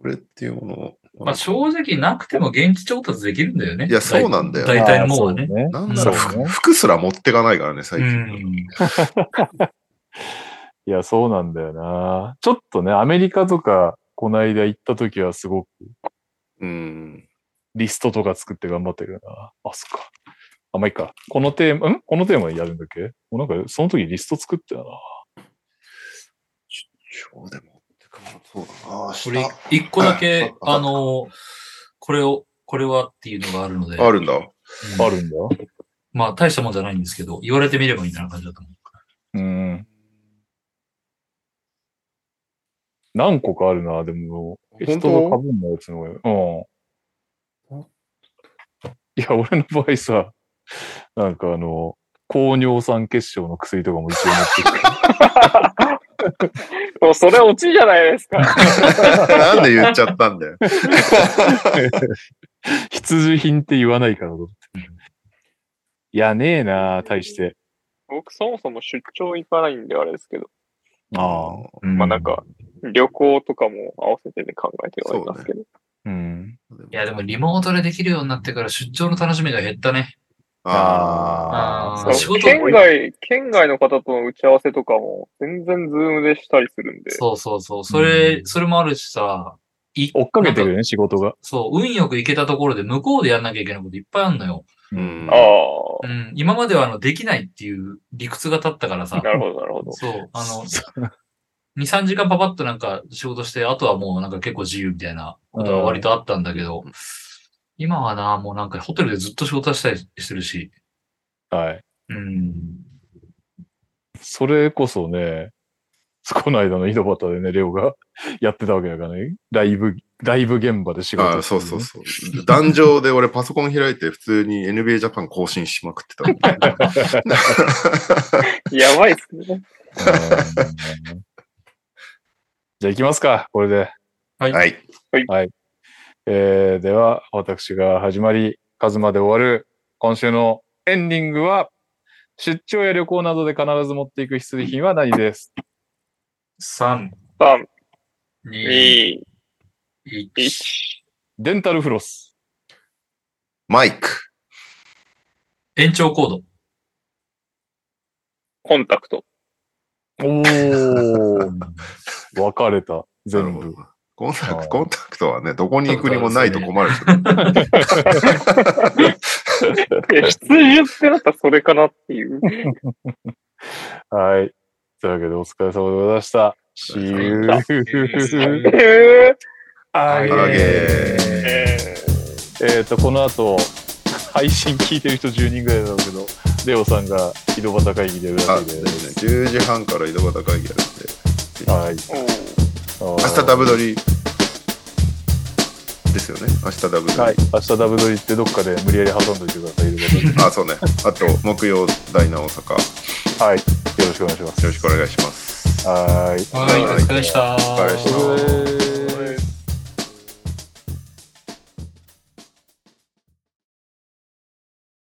A: これっていうものを。
D: まあ正直なくても現地調達できるんだよね。
A: いや、そうなんだよ。
D: 大体のもんは
B: あ
D: ね
B: ーそう
A: なんなら
B: そう
A: 服,、
B: ね
A: 服すら持ってかないからね、
D: う
A: 最近。
D: ん。
B: いや、そうなんだよな。ちょっとね、アメリカとか、こないだ行った時はすごく、
A: うん。
B: リストとか作って頑張ってるな。あ、そっか。あ、まあ、いいか。このテーマ、んこのテーマやるんだっけもうなんか、その時リスト作ったよな。
A: そうで持ってくもの、そう
D: こ
A: だ
D: れ
A: な。
D: 一個だけ、
A: あ
D: あの、これを、これはっていうのがあるので。
A: あるんだ。
D: うん
B: あるんだ。
D: まあ大したもんじゃないんですけど、言われてみればみたいな感じだと思う。
B: うん。何個かあるな、でも、人
A: 本当
B: と被んないやつの方が。うん。いや、俺の場合さ、なんかあの、高尿酸血症の薬とかも一応持ってきて。
C: もうそれオチじゃないですか。
A: なんで言っちゃったんだよ。
B: 必需品って言わないからと思って。いや、ねえな、対して。
C: 僕そもそも出張行かないんであれですけど、
B: ああ。
D: ま
C: まあなん。か旅行とかも合わせてで考えてはいますけど。
B: うん。
A: い
D: いやでもリモートでできるようになってから出張の楽しみが減ったね。
A: ああ。
D: あ
C: そ
D: あ、
C: う
D: 仕事
C: 県外、県外の方との打ち合わせとかも全然ズームでしたりするんで。
D: そうそうそう。それ
B: う、ん
D: それもあるしさ、い
B: 追っかけてるよ
D: なんか
B: ね、仕事が。
D: そう、運よく行けたところで向こうでやんなきゃいけないこといっぱいあるのよ。
A: うん。
C: ああ
D: うん。今まではあの、できないっていう理屈が立ったからさ
C: ー、。なるほど、なるほど。
D: そう、あの、2、3時間パパッとなんか仕事して、あとはもうなんか結構自由みたいなことは割とあったんだけど、今はな、もうなんかホテルでずっと仕事したりしてるし、
B: はい。
D: うん。
B: それこそね、この間の井戸端でね、レオが やってたわけだからね。ライブ、ライブ現場で仕事
A: ああそうそうそう。壇上で俺パソコン開いて普通に NBA ジャパン更新しまくってた。
C: やばいっすね。
B: うんじゃあ行きますか、これで。
A: はい。
B: えーでは、私が始まり、数まで終わる、今週のエンディングは、出張や旅行などで必ず持っていく必需品は何です
D: 3、
C: 3、
D: 2、
C: 2、
D: 1。
C: 1。
B: デンタルフロス。
A: マイク。
D: 延長コー ド。
C: コンタクト。
B: おー、 分かれた、
A: なる
B: 全
A: ほ
B: 部
A: ど。。コンタ
B: あ
A: ク
B: あ
A: ト、コンタクトはね、どこに行くにもないと困るでしょ。
C: え、必需ってなったらそれかなっていう。
B: はい。というわけでお疲れ様でございました。See you
C: え
A: あげ
C: ー、えー
B: えっと、この後、配信聞いてる人10人ぐらいだろうけど、レオさんが井戸端会議でる
A: あ、
B: らし
A: ね、
B: いで。
A: 10時半から井戸端会議やるんで。
B: はい。
C: おう
B: 明
A: 明日ダブ撮りですよね。明日ダブ撮り。
B: はい。明日ダブドリってどっかで無理やり挟んどいてください、井戸端に
A: あ、そうね。あと、木曜、大な大阪。よ
B: はい。よろしくお願いします。
A: ろしくお願いします。
B: はーい。
D: はい、お疲れ様でした。お
A: 疲れ様でし
B: お疲れ様です